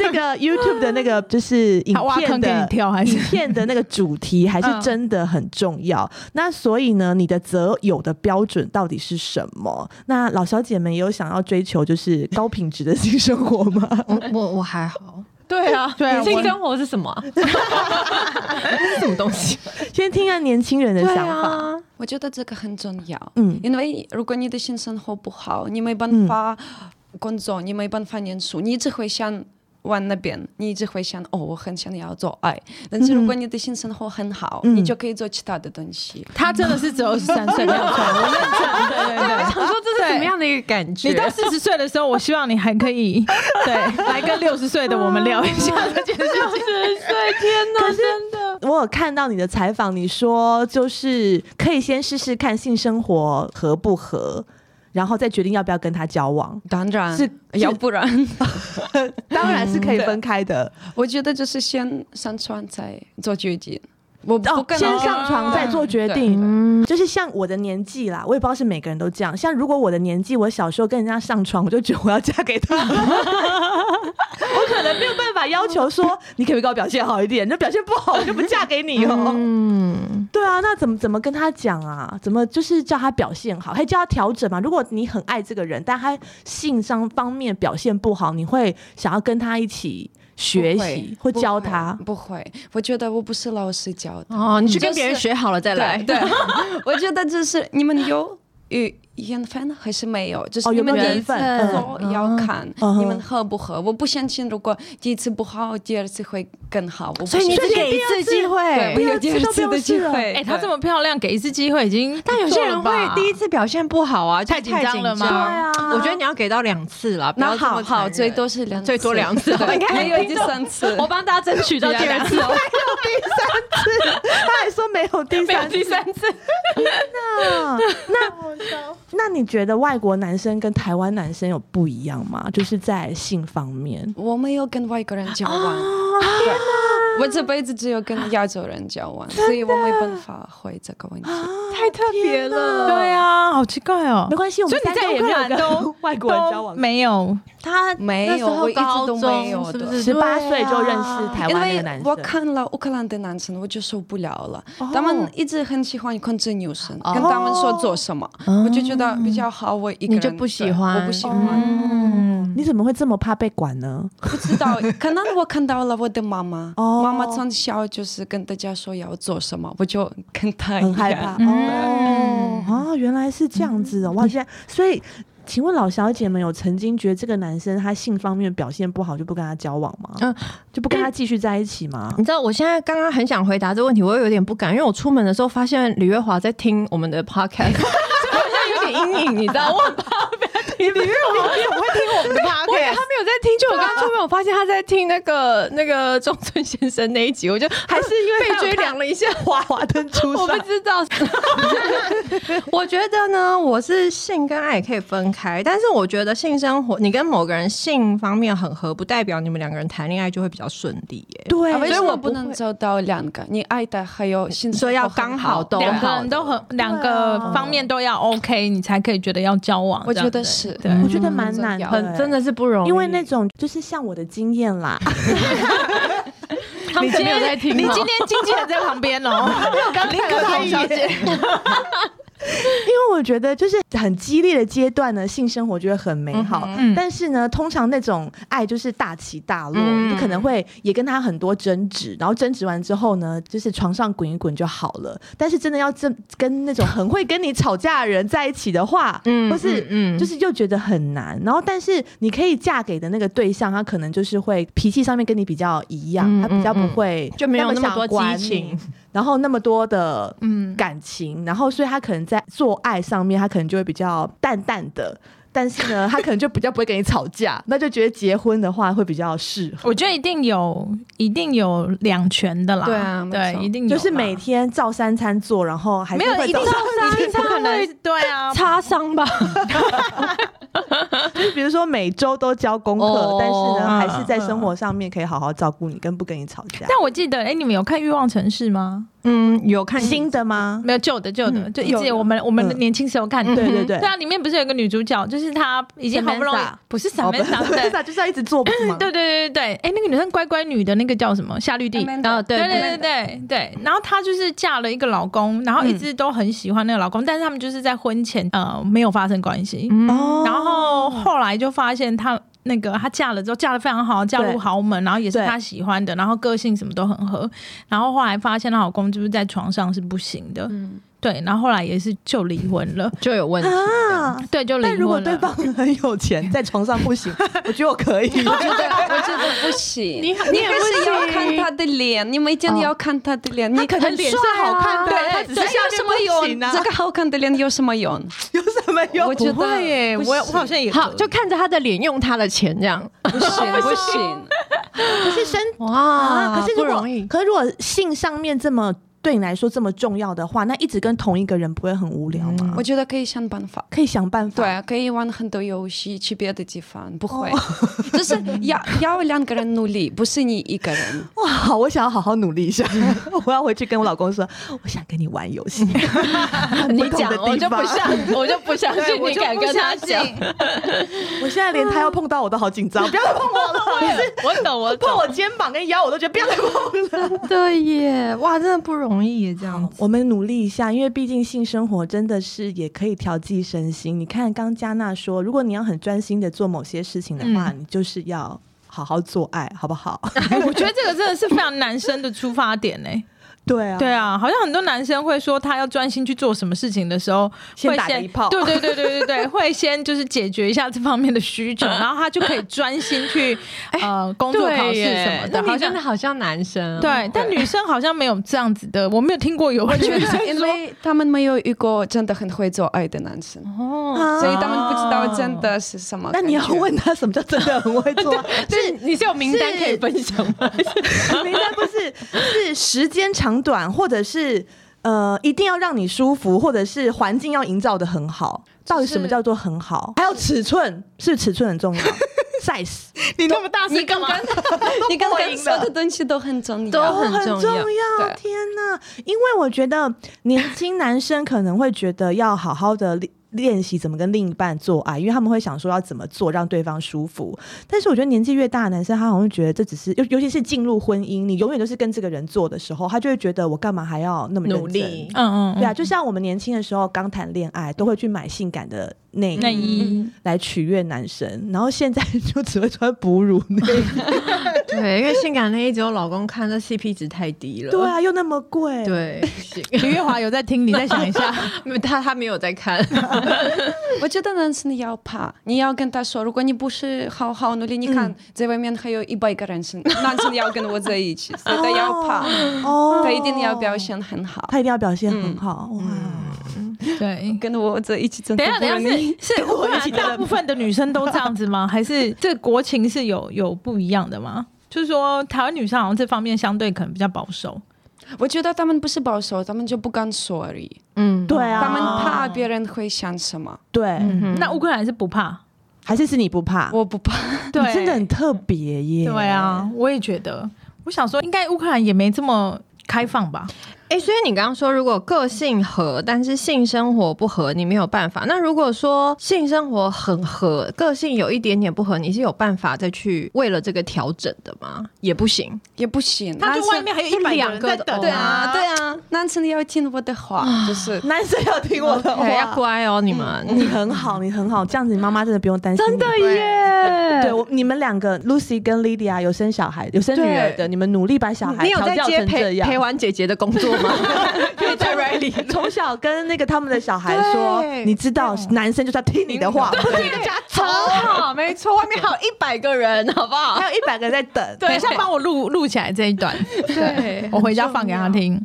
Speaker 1: 那个 YouTube 的那个就是影
Speaker 4: 他挖
Speaker 1: 片
Speaker 4: 坑给你
Speaker 1: 的
Speaker 4: 跳还
Speaker 1: 影
Speaker 4: 是？
Speaker 1: 片的那个主题还是
Speaker 4: 嗯
Speaker 1: 真的很重要。那所以呢，你的择友的标准到底是什么？那老小姐们也有想要追求就是高品质的性生活吗？
Speaker 2: 我我我还好。
Speaker 4: 对啊，对啊，
Speaker 2: 性
Speaker 4: 我
Speaker 2: 生活是什么 啊？是什么东西？
Speaker 1: 先听下年轻人的
Speaker 2: 啊
Speaker 1: 想法。
Speaker 3: 我觉得这个很重要，
Speaker 1: 嗯
Speaker 3: 因为如果你的性生活不好，你没办法工作，你没办法念书，你只会想往那边，你一直会想哦，我很想要做爱。但是如果你的性生活很好，你就可以做其他的东西。
Speaker 4: 他真的是只有三岁没有穿，我认真， 对对对。
Speaker 2: 想说这是什么样的一个感觉？
Speaker 4: 你到四十岁的时候，我希望你还可以对来跟六十岁的我们聊一下这件事情。
Speaker 2: 对，天哪，真的。
Speaker 1: 我有看到你的采访，你说就是可以先试试看性生活合不合，然后再决定要不要跟他交往。
Speaker 3: 当然
Speaker 1: 是是
Speaker 3: 要不然
Speaker 1: 当然是可以分开的，
Speaker 3: 我觉得就是先上床再做决定。我不
Speaker 1: 哦，
Speaker 3: 可
Speaker 1: 先
Speaker 3: 能
Speaker 1: 上床再做决定。嗯，就是像我的年纪啦，我也不知道是每个人都这样。像如果我的年纪，我小时候跟人家上床，我就觉得我要嫁给 他， 我可能没有办法要求说你可不可以给我表现好一点，你这表现不好我就不嫁给你哦。
Speaker 2: 嗯，
Speaker 1: 对啊，那怎么怎么跟他讲啊？怎么就是叫他表现好，还叫他调整嘛？如果你很爱这个人，但他性上方面表现不好，你会想要跟他一起学习
Speaker 3: 不
Speaker 1: 或
Speaker 3: 会
Speaker 1: 教他？
Speaker 3: 不会，我觉得我不是老师教的。
Speaker 2: 哦，你去跟
Speaker 3: 就是
Speaker 2: 别人学好了再来。
Speaker 3: 对，对 我觉得就是你们有语言分还是没有，就是
Speaker 1: 哦有
Speaker 3: 你们
Speaker 1: 缘
Speaker 3: 第一次
Speaker 1: 分嗯
Speaker 3: 做要看
Speaker 1: 嗯
Speaker 3: 你们合不合。我不相信，如果第一次不好，第二次会更好。我
Speaker 2: 所以你
Speaker 1: 所以
Speaker 2: 只
Speaker 1: 你
Speaker 2: 给一
Speaker 1: 第二次
Speaker 2: 次机
Speaker 3: 对，
Speaker 1: 不
Speaker 3: 我
Speaker 2: 会。
Speaker 1: 要
Speaker 3: 有第二次的机会。
Speaker 4: 哎，她这
Speaker 3: 么
Speaker 4: 么漂亮，给一次机会已经，
Speaker 2: 但有些人会第一
Speaker 4: 次，
Speaker 2: 次表现不好啊，就
Speaker 4: 太
Speaker 2: 是
Speaker 4: 紧张了吗
Speaker 1: 对
Speaker 2: 紧张
Speaker 1: 啊，
Speaker 2: 我觉得你要给到两次啦，不要
Speaker 3: 那
Speaker 2: 这么
Speaker 3: 好好，
Speaker 2: 残忍
Speaker 3: 最 多是两次，
Speaker 2: 最多 两次
Speaker 3: 对
Speaker 2: 你看
Speaker 3: 还有第三次。
Speaker 2: 我帮大家争取 到第二次 哦，
Speaker 1: 他还说没有 第
Speaker 2: 没有
Speaker 1: 三
Speaker 2: 第三次。
Speaker 1: 啊，那那你觉得外国男生跟台湾男生有不一样吗？就是在性方面，
Speaker 3: 我没有跟外国人交往，
Speaker 2: 啊
Speaker 3: 对我这辈子只有跟亚洲人交往，所以我没办法回这个问题。
Speaker 2: 啊
Speaker 1: 太特别了
Speaker 4: 对啊，好奇怪哦
Speaker 1: 没。关系，我
Speaker 4: 所
Speaker 1: 们
Speaker 4: 以你
Speaker 1: 三
Speaker 4: 在
Speaker 1: 个也
Speaker 4: 乌克
Speaker 1: 没有
Speaker 4: 兰都
Speaker 1: 跟外国人交
Speaker 4: 都
Speaker 1: 往，
Speaker 4: 没有，
Speaker 2: 他
Speaker 3: 没
Speaker 2: 那时
Speaker 3: 有
Speaker 2: 候
Speaker 3: 我一直
Speaker 2: 高
Speaker 3: 都
Speaker 2: 中
Speaker 3: 没有
Speaker 2: 是不
Speaker 3: 的
Speaker 2: 是
Speaker 1: 十八
Speaker 2: 对啊
Speaker 1: 岁就认识台湾
Speaker 3: 因
Speaker 1: 的
Speaker 3: 为
Speaker 1: 男生。嗯
Speaker 3: 我看了乌克兰的男生，我就受不了了。
Speaker 2: 哦
Speaker 3: 他们一直很喜欢控制女生，跟他们说做什么，我就觉得比较好。我一个
Speaker 2: 哦
Speaker 3: 人
Speaker 2: 你就不喜欢哦
Speaker 3: 对我不喜欢，
Speaker 1: 嗯，你怎么会这么怕被管呢？
Speaker 3: 不知道，可能我看到了我的妈妈，
Speaker 1: 哦
Speaker 3: 妈妈从小就是跟大家说要做什么，我就跟她一
Speaker 1: 很
Speaker 3: 样
Speaker 1: 害怕。哦啊，原来是这样子哦！哇，现在所以，请问老小姐们有曾经觉得这个男生他性方面表现不好就不跟他交往吗？
Speaker 2: 嗯
Speaker 1: 就不跟他继续在一起吗？
Speaker 2: 你知道我现在刚刚很想回答这个问题，我又有点不敢，因为我出门的时候发现李月华在听我们的 podcast，所 以我现在有点阴影，你知道吗？我很怕被他听李月华
Speaker 4: 我会听我们的 p o
Speaker 2: 我以为他没有有在听，就我刚刚出门，我发现他在听那个那个中村先生那一集，我就还 是因为被追凉了一下。
Speaker 1: 华华灯初
Speaker 2: 我
Speaker 1: 上
Speaker 2: 不，知道，我觉得呢，我是性跟爱也可以分开，但是我觉得性生活，你跟某个人性方面很合，不代表你们两个人谈恋爱就会比较顺利耶、
Speaker 1: 对
Speaker 3: 啊，为
Speaker 2: 所以
Speaker 3: 什
Speaker 2: 我
Speaker 3: 么
Speaker 2: 不
Speaker 3: 不能
Speaker 2: 会
Speaker 3: 走到两个？你爱的还有哦性生活很好，
Speaker 2: 所以要刚好 都
Speaker 4: 两个人都很，两个
Speaker 2: 啊
Speaker 4: 方面都要 OK，你才可以觉得要交往。
Speaker 3: 我
Speaker 4: 这
Speaker 3: 觉
Speaker 4: 样
Speaker 3: 得
Speaker 4: 子
Speaker 3: 是
Speaker 4: 对，
Speaker 1: 我觉得蛮难的，
Speaker 2: 嗯很真的是不容易，
Speaker 1: 因为那种就是像我的经验啦，
Speaker 2: 他们没有在听、
Speaker 4: 你今天经纪人在旁边哦，我刚看了
Speaker 1: 一眼，因为我觉得就是很激烈的阶段呢，性生活就会很美好。
Speaker 4: 嗯
Speaker 1: 但是呢，通常那种爱就是大起大落，
Speaker 2: 嗯
Speaker 1: 你可能会也跟他很多争执，然后争执完之后呢，就是床上滚一滚就好了。但是真的要真跟那种很会跟你吵架的人在一起的话，
Speaker 2: 嗯
Speaker 1: 或是
Speaker 2: 嗯嗯
Speaker 1: 就是又觉得很难。然后，但是你可以嫁给的那个对象，他可能就是会脾气上面跟你比较一样，
Speaker 2: 嗯
Speaker 1: 他比较不
Speaker 2: 嗯嗯
Speaker 1: 会
Speaker 2: 就没有
Speaker 1: 那
Speaker 2: 那
Speaker 1: 想
Speaker 2: 么多
Speaker 1: 管
Speaker 2: 激
Speaker 1: 你
Speaker 2: 情，
Speaker 1: 然后那么多的
Speaker 4: 嗯，
Speaker 1: 感情，然后所以他可能在做爱上面，他可能就会比较淡淡的，但是呢，他可能就比较不会跟你吵架，那就觉得结婚的话会比较适合。
Speaker 4: 我觉得一定有，一定有两全的啦。
Speaker 3: 对啊没
Speaker 4: 对，
Speaker 3: 错
Speaker 4: 一定有
Speaker 1: 就
Speaker 4: 啦
Speaker 1: 是每天照三餐做，然后还是
Speaker 4: 没有
Speaker 1: 会
Speaker 4: 一定
Speaker 1: 早上
Speaker 4: 一定不可能，对啊，
Speaker 2: 擦伤吧，
Speaker 1: 就是比如说每周都交功课，
Speaker 2: 哦
Speaker 1: 但是呢，
Speaker 4: 嗯
Speaker 1: 还是在生活上面可以好好照顾你，跟不跟你吵架。
Speaker 4: 但我记得，哎、你们有看《欲望城市》吗？
Speaker 2: 嗯，有看
Speaker 1: 新的吗？
Speaker 4: 没有旧的，旧的、
Speaker 1: 嗯
Speaker 4: 就一
Speaker 1: 有
Speaker 4: 直
Speaker 1: 的
Speaker 4: 我们我们
Speaker 1: 嗯
Speaker 4: 年轻时候看的。
Speaker 1: 对对对
Speaker 4: 对，啊，里面不是有一个女主角，就是她已经好不容易
Speaker 1: Samantha
Speaker 4: 不是
Speaker 1: 哦不
Speaker 4: Samantha，对
Speaker 1: 是啊， 就是要一直做不是吗？
Speaker 4: 对对对对对，哎、那个女生乖乖女的那个叫什么？夏绿蒂。
Speaker 3: Amanda
Speaker 2: 啊，对
Speaker 4: 对
Speaker 2: 对
Speaker 4: 对对
Speaker 2: 对
Speaker 4: 对对，然后她就是嫁了一个老公，然后一直都很喜欢那个老公，但是他们就是在婚前呃没有发生关系，
Speaker 1: 哦，
Speaker 4: 然后后来就发现她那个她嫁了之后嫁的非常好，嫁入
Speaker 1: 对
Speaker 4: 豪门，然后也是
Speaker 1: 对
Speaker 4: 她喜欢的，然后个性什么都很合，然后后来发现她老公就是在床上是不行的，
Speaker 3: 嗯
Speaker 4: 对，然后后来也是就离婚 了，
Speaker 2: 就有问题。
Speaker 1: 啊，
Speaker 4: 对，就离婚
Speaker 1: 但
Speaker 4: 了。
Speaker 1: 如果对方很有 钱，在床上不行，我觉得我可以。
Speaker 3: 我觉得我觉得不行，
Speaker 4: 你你也
Speaker 3: 还
Speaker 4: 不
Speaker 3: 是要
Speaker 4: 行
Speaker 3: 看他的脸，你每天要看他的脸，你啊
Speaker 1: 他可能脸是好看的，
Speaker 4: 对
Speaker 1: 他只是
Speaker 3: 这
Speaker 1: 下
Speaker 3: 有什
Speaker 1: 面
Speaker 3: 么
Speaker 1: 不
Speaker 3: 用
Speaker 1: 行？啊
Speaker 3: 这。个好看的脸有什么用？
Speaker 1: 有什么用？
Speaker 3: 我觉得
Speaker 4: 不会耶，
Speaker 3: 不
Speaker 4: 我我
Speaker 3: 行
Speaker 4: 好像也
Speaker 2: 好，
Speaker 4: 可以
Speaker 2: 就看着他的脸，用他的钱这样。
Speaker 3: 不行不行，
Speaker 1: 可是 身啊，
Speaker 2: 哇
Speaker 1: 可是
Speaker 2: 不
Speaker 1: 如果
Speaker 2: 容易。
Speaker 1: 可是如果性上面这么对你来说这么重要的话，那一直跟同一个人不会很无聊吗？
Speaker 3: 我觉得可以想办法。
Speaker 1: 可以想办法。
Speaker 3: 嗯对，啊可以玩很多游戏，去别的地方，不会，就是要要两个人努力，不是你一个人。
Speaker 1: 哇，好，我想要好好努力一 下，我要回去跟我老公说，我想跟你玩游戏。
Speaker 2: 你
Speaker 1: 不同
Speaker 2: 讲
Speaker 1: 的，地
Speaker 2: 我就不
Speaker 1: 方
Speaker 2: 相，我就不相
Speaker 4: 对
Speaker 2: 信
Speaker 4: 我
Speaker 2: 你
Speaker 4: 就
Speaker 2: 敢
Speaker 4: 不
Speaker 2: 跟他
Speaker 4: 相
Speaker 2: 讲。
Speaker 4: 信
Speaker 1: 我现在连他要碰到我都好紧 张，不要再碰我了，
Speaker 2: 我懂，我
Speaker 1: 碰我肩膀跟腰我都觉得不要再碰了。
Speaker 2: 对耶，哇，真的不容易耶，这样子。
Speaker 1: 我们努力一下，因为毕竟性生活真的是也可以调剂身心。你看，刚加纳说，如果你要很专心的做某些事情的话，你就是要好好做爱，好不好？
Speaker 4: 哎，我觉得这个真的是非常男生的出发点欸呢、
Speaker 1: 对啊，
Speaker 4: 对，啊，好像很多男生会说，他要专心去做什么事情的时候，
Speaker 1: 先
Speaker 4: 会
Speaker 1: 打个一炮
Speaker 4: 对对对对对对，会先就是解决一下这方面的需求，然后他就可以专心去呃工作、考试什么的。
Speaker 2: 好
Speaker 4: 好
Speaker 2: 像
Speaker 4: 像
Speaker 2: 好像男生哦
Speaker 4: 对，但女生好像没有这样子的，我没有听过有
Speaker 3: 我觉
Speaker 4: 女
Speaker 3: 得，
Speaker 4: 生
Speaker 3: 因
Speaker 4: 说。
Speaker 3: 为他们没有遇过真的很会做爱的男生，
Speaker 1: 啊
Speaker 3: 所以他们不知道真的是什么
Speaker 1: 那
Speaker 3: 感觉。
Speaker 1: 你要问他什么叫真的很会做爱？
Speaker 2: 是你是有名单
Speaker 1: 是
Speaker 2: 可以分享吗？
Speaker 1: 明白不是是时间长短，或者是呃，一定要让你舒服，或者是环境要营造的很好。到底什么叫做很好？还有尺寸，是尺寸很重要，size
Speaker 4: 你那么大声干嘛？
Speaker 3: 你刚
Speaker 1: 都
Speaker 3: 刚
Speaker 1: 不赢
Speaker 3: 说
Speaker 1: 的
Speaker 3: 的东西都很重
Speaker 2: 都
Speaker 3: 要，
Speaker 1: 哦
Speaker 2: 很重
Speaker 1: 重
Speaker 2: 要
Speaker 3: 对
Speaker 1: 天哪！因为我觉得年轻男生可能会觉得要好好的练。练习怎么跟另一半做啊爱，因为他们会想说要怎么做让对方舒服。但是我觉得年纪越大的男生，他好像觉得这只是，尤尤其是进入婚姻，你永远都是跟这个人做的时候，他就会觉得我干嘛还要那么认
Speaker 2: 努
Speaker 1: 真
Speaker 2: 力
Speaker 4: 嗯嗯，
Speaker 1: 对啊，就像我们年轻的时候刚谈恋爱，都会去买性感的内
Speaker 4: 内
Speaker 1: 衣
Speaker 4: 衣
Speaker 1: 来取悦男生，然后现在就只会穿哺乳内衣。
Speaker 2: 对，因为性感内衣只有老公看，这 CP 值太低了。
Speaker 1: 对啊，又那么贵。
Speaker 2: 对，不行
Speaker 4: 吕月华有在听，你再想一下。
Speaker 2: 他他没有在看，
Speaker 3: 我觉得男生要怕，你要跟他说，如果你不是好好努力，你看在外面还有一百个男生，男生要跟我在一起，所以他要怕，
Speaker 1: 哦，
Speaker 3: 他一定要表，现很好。
Speaker 2: 嗯
Speaker 1: 他一定要表现很好。哇，
Speaker 4: 对。
Speaker 3: 跟我这一起真的
Speaker 4: 等一下，
Speaker 3: 不
Speaker 4: 等
Speaker 3: 容
Speaker 4: 一下
Speaker 3: 易。
Speaker 4: 是是，
Speaker 1: 我
Speaker 4: 我
Speaker 1: 一起
Speaker 4: 大部分的女生都这样子 吗？还是这国情是有有不一样的吗？就是说，台湾女生好像这方面相对可能比较保守。
Speaker 3: 我觉得他们不是保守，他们就不敢说而已，
Speaker 2: 嗯，
Speaker 1: 对啊，
Speaker 3: 他们怕别人会想什么。
Speaker 1: 对，
Speaker 2: 嗯
Speaker 4: 那乌克兰是不怕，
Speaker 1: 还是是你不怕？
Speaker 3: 我不怕，
Speaker 4: 对，
Speaker 1: 你真的很特别耶。
Speaker 4: 对啊，我也觉得。我想说，应该乌克兰也没这么开放吧？
Speaker 2: 哎、所以你刚刚说，如果个性合，但是性生活不合，你没有办法。那如果说性生活很合，个性有一点点不合，你是有办法再去为了这个调整的吗？也不行，
Speaker 3: 也不行。
Speaker 4: 他
Speaker 3: 男
Speaker 4: 就
Speaker 3: 生
Speaker 4: 外面还有一百
Speaker 2: 两
Speaker 4: 人在
Speaker 2: 个的
Speaker 4: 等、
Speaker 2: 对
Speaker 4: 啊，
Speaker 2: 啊，对 啊，
Speaker 3: 男生要听我的话，就是
Speaker 1: 男生要听我的
Speaker 2: OK，要
Speaker 1: 话，
Speaker 2: 乖哦，你 们。
Speaker 1: 你很好，你很好，这样子你妈妈真的不用担心。真的
Speaker 2: 耶
Speaker 1: 对我你们两个 Lucy 跟 Lydia 有生小孩，有生女儿的，你们努力把小孩
Speaker 2: 你有
Speaker 1: 调
Speaker 2: 在
Speaker 1: 教
Speaker 2: 接
Speaker 1: 成这
Speaker 2: 陪陪
Speaker 1: 样。
Speaker 2: 完姐姐的工作吗？
Speaker 1: 对在 Riley 从小跟那个他们的小孩说，
Speaker 2: 对
Speaker 1: 你知道男生就是要听你的话，
Speaker 2: 很好，没错，外面还有一百个人，好不好？
Speaker 1: 还有一百个人在等，
Speaker 4: 等一下帮我录录起来这一 段，
Speaker 2: 对
Speaker 4: 我回家放给他听。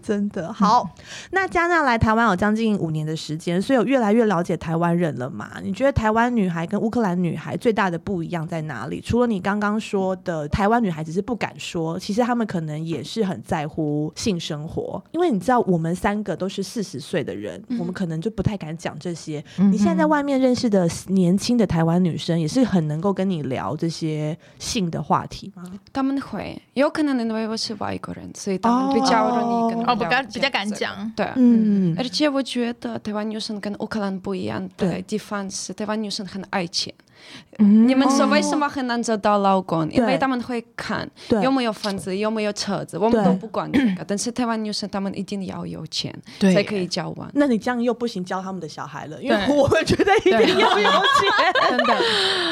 Speaker 1: 真的好。那加纳来台湾有将近五年的时间，所以有越来越了解台湾人了嘛？你觉得台湾女孩跟乌克兰女孩最大的不一样在哪里？除了你刚刚说的，台湾女孩只是不敢说，其实她们可能也是很在乎性生活，因为你知道我们三个都是四十岁的人，我们可能就不太敢讲这些。
Speaker 2: 嗯
Speaker 1: 你现在在外面认识的年轻的台湾女生，也是很能够跟你聊这些性的话题吗？
Speaker 3: 他们会，有可能因为我是外国人，所以他们比较容易跟我
Speaker 4: 哦，不敢
Speaker 3: 了
Speaker 4: 比
Speaker 3: 解
Speaker 4: 较敢
Speaker 3: 这个。
Speaker 4: 讲，
Speaker 3: 对，
Speaker 1: 嗯
Speaker 3: 而且我觉得台湾女生跟乌克兰不一样的地方是，台湾女生很爱钱。你们说为什么很难找到老公？因为他们会看
Speaker 1: 对
Speaker 3: 有没有房子，有没有车子，我们
Speaker 1: 对
Speaker 3: 都不管这 个。但是台湾女生她们一定要有钱
Speaker 4: 对
Speaker 3: 才可以交往。
Speaker 1: 那你这样又不行教他们的小孩了，因为
Speaker 4: 对
Speaker 1: 我们觉得一定要有钱。
Speaker 4: 真的。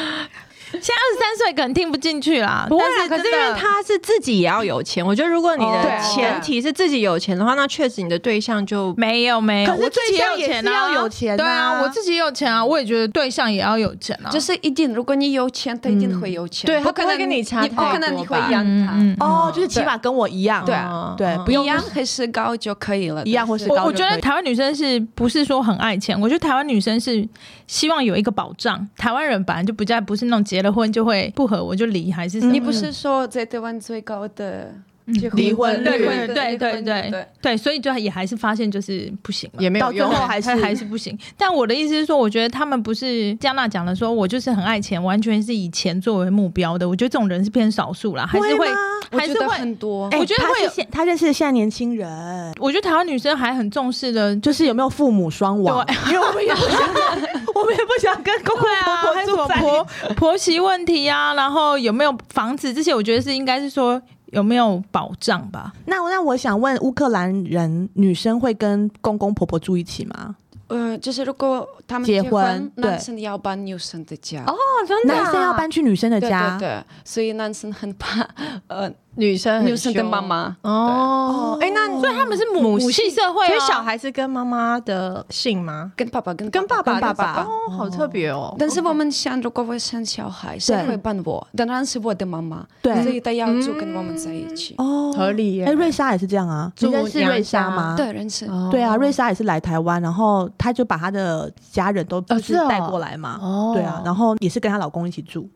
Speaker 4: 现在二十三岁可能听不进去啦，
Speaker 2: 不会
Speaker 4: 但
Speaker 2: 啊，
Speaker 4: 是
Speaker 2: 可是
Speaker 4: 真
Speaker 2: 因
Speaker 4: 的
Speaker 2: 为他是自己也要有钱，我觉得如果你
Speaker 1: 哦
Speaker 3: 对
Speaker 2: 的
Speaker 3: 啊
Speaker 2: 前提是自己有钱的话，那确实你的对象就
Speaker 4: 没有没有，
Speaker 1: 可是
Speaker 4: 我自己也有钱啊，
Speaker 1: 对象也是要有钱啊
Speaker 4: 对啊，我自己也有钱啊，我也觉得对象也要有钱啊，
Speaker 3: 就是一定，如果你有钱，嗯他一定会有钱。
Speaker 2: 对
Speaker 3: 不
Speaker 2: 他
Speaker 3: 可
Speaker 2: 不会
Speaker 3: 能
Speaker 2: 跟你差
Speaker 3: 你不可
Speaker 2: 太
Speaker 3: 能
Speaker 2: 多
Speaker 3: 你会
Speaker 2: 吧
Speaker 3: 养
Speaker 4: 嗯
Speaker 3: 他。
Speaker 4: 嗯
Speaker 1: 哦，就是起码跟我一样，
Speaker 3: 对
Speaker 2: 嗯
Speaker 1: 对，啊不
Speaker 3: 一
Speaker 1: 用
Speaker 3: 样还是高就可以了。
Speaker 1: 一样或是
Speaker 4: 我
Speaker 1: 高
Speaker 4: 哦我
Speaker 1: 就
Speaker 4: 觉
Speaker 1: 可
Speaker 4: 得
Speaker 1: 以
Speaker 4: 台湾女生是不是说很爱钱？我觉得台湾女生是希望有一个保障。台湾人本来就不在，不是那种结了婚就会不和我就离，还是什么？
Speaker 3: 你不是说在台湾最高的结
Speaker 1: 离婚
Speaker 3: 率
Speaker 1: 对对
Speaker 4: 对对对嗯对对对，所以就也还是发现就是不行嘛。
Speaker 2: 也没
Speaker 1: 到
Speaker 2: 有
Speaker 1: 最
Speaker 2: 用
Speaker 1: 后。还是
Speaker 4: 还还是不行，但我的意思是说，我觉得他们不是加纳讲的说，我就是很爱钱，完全是以钱作为目标的。我觉得这种人是偏少数啦，还是会
Speaker 1: 吗，
Speaker 3: 我
Speaker 4: 还
Speaker 3: 觉
Speaker 4: 是
Speaker 3: 得
Speaker 4: 会。
Speaker 3: 很多。
Speaker 1: 哎
Speaker 4: 我觉得
Speaker 1: 他
Speaker 4: 会
Speaker 1: 是
Speaker 4: 有
Speaker 1: 现他认识的现在年轻人，
Speaker 4: 我觉得台湾女生还很重视的，就
Speaker 1: 就是是有没有父母双亡？因为我们也不想， 我们也不想跟公公
Speaker 4: 对啊，
Speaker 1: 婆
Speaker 4: 还
Speaker 1: 婆
Speaker 4: 有什
Speaker 1: 住
Speaker 4: 么
Speaker 1: 在一起
Speaker 4: 婆婆媳问题啊，然后有没有房子这些，我觉得是应该是说有没有保障吧。
Speaker 1: 那那我想问，乌克兰人女生会跟公公婆婆住一起吗？
Speaker 3: 呃，就是如果他们
Speaker 1: 结
Speaker 3: 结
Speaker 1: 婚对
Speaker 3: 男生要搬女生的家。哦，
Speaker 2: 哦，真
Speaker 4: 啊
Speaker 1: 男生要搬去女生的
Speaker 3: 对
Speaker 1: 家
Speaker 3: 对，对，所以男生很怕呃
Speaker 2: 女生很
Speaker 3: 女生的
Speaker 2: 凶
Speaker 3: 妈妈。
Speaker 2: 哦，哎，那所以他们是
Speaker 4: 母系社会啊
Speaker 2: 所以小孩是跟妈妈的姓吗？
Speaker 3: 跟爸爸跟
Speaker 2: 跟爸爸
Speaker 1: 跟爸爸
Speaker 2: 的姓哦，好特别哦。
Speaker 3: 但是我们想，如果我生小孩，谁会帮我？当然是我的妈妈，
Speaker 1: 对
Speaker 3: 所以她要住跟我们在一起。
Speaker 1: 哦，
Speaker 2: 合理耶
Speaker 1: 哎，瑞莎也是这样啊，你
Speaker 2: 住
Speaker 1: 认识
Speaker 2: 娘
Speaker 1: 瑞莎
Speaker 2: 家
Speaker 4: 嗯
Speaker 1: 吗？
Speaker 3: 对，人生
Speaker 2: 哦
Speaker 1: 对啊，瑞莎也是来台湾，然后她就把她的家人都就是
Speaker 2: 是哦
Speaker 1: 带过来嘛，
Speaker 2: 哦
Speaker 1: 对啊，然后也是跟她老公一起住。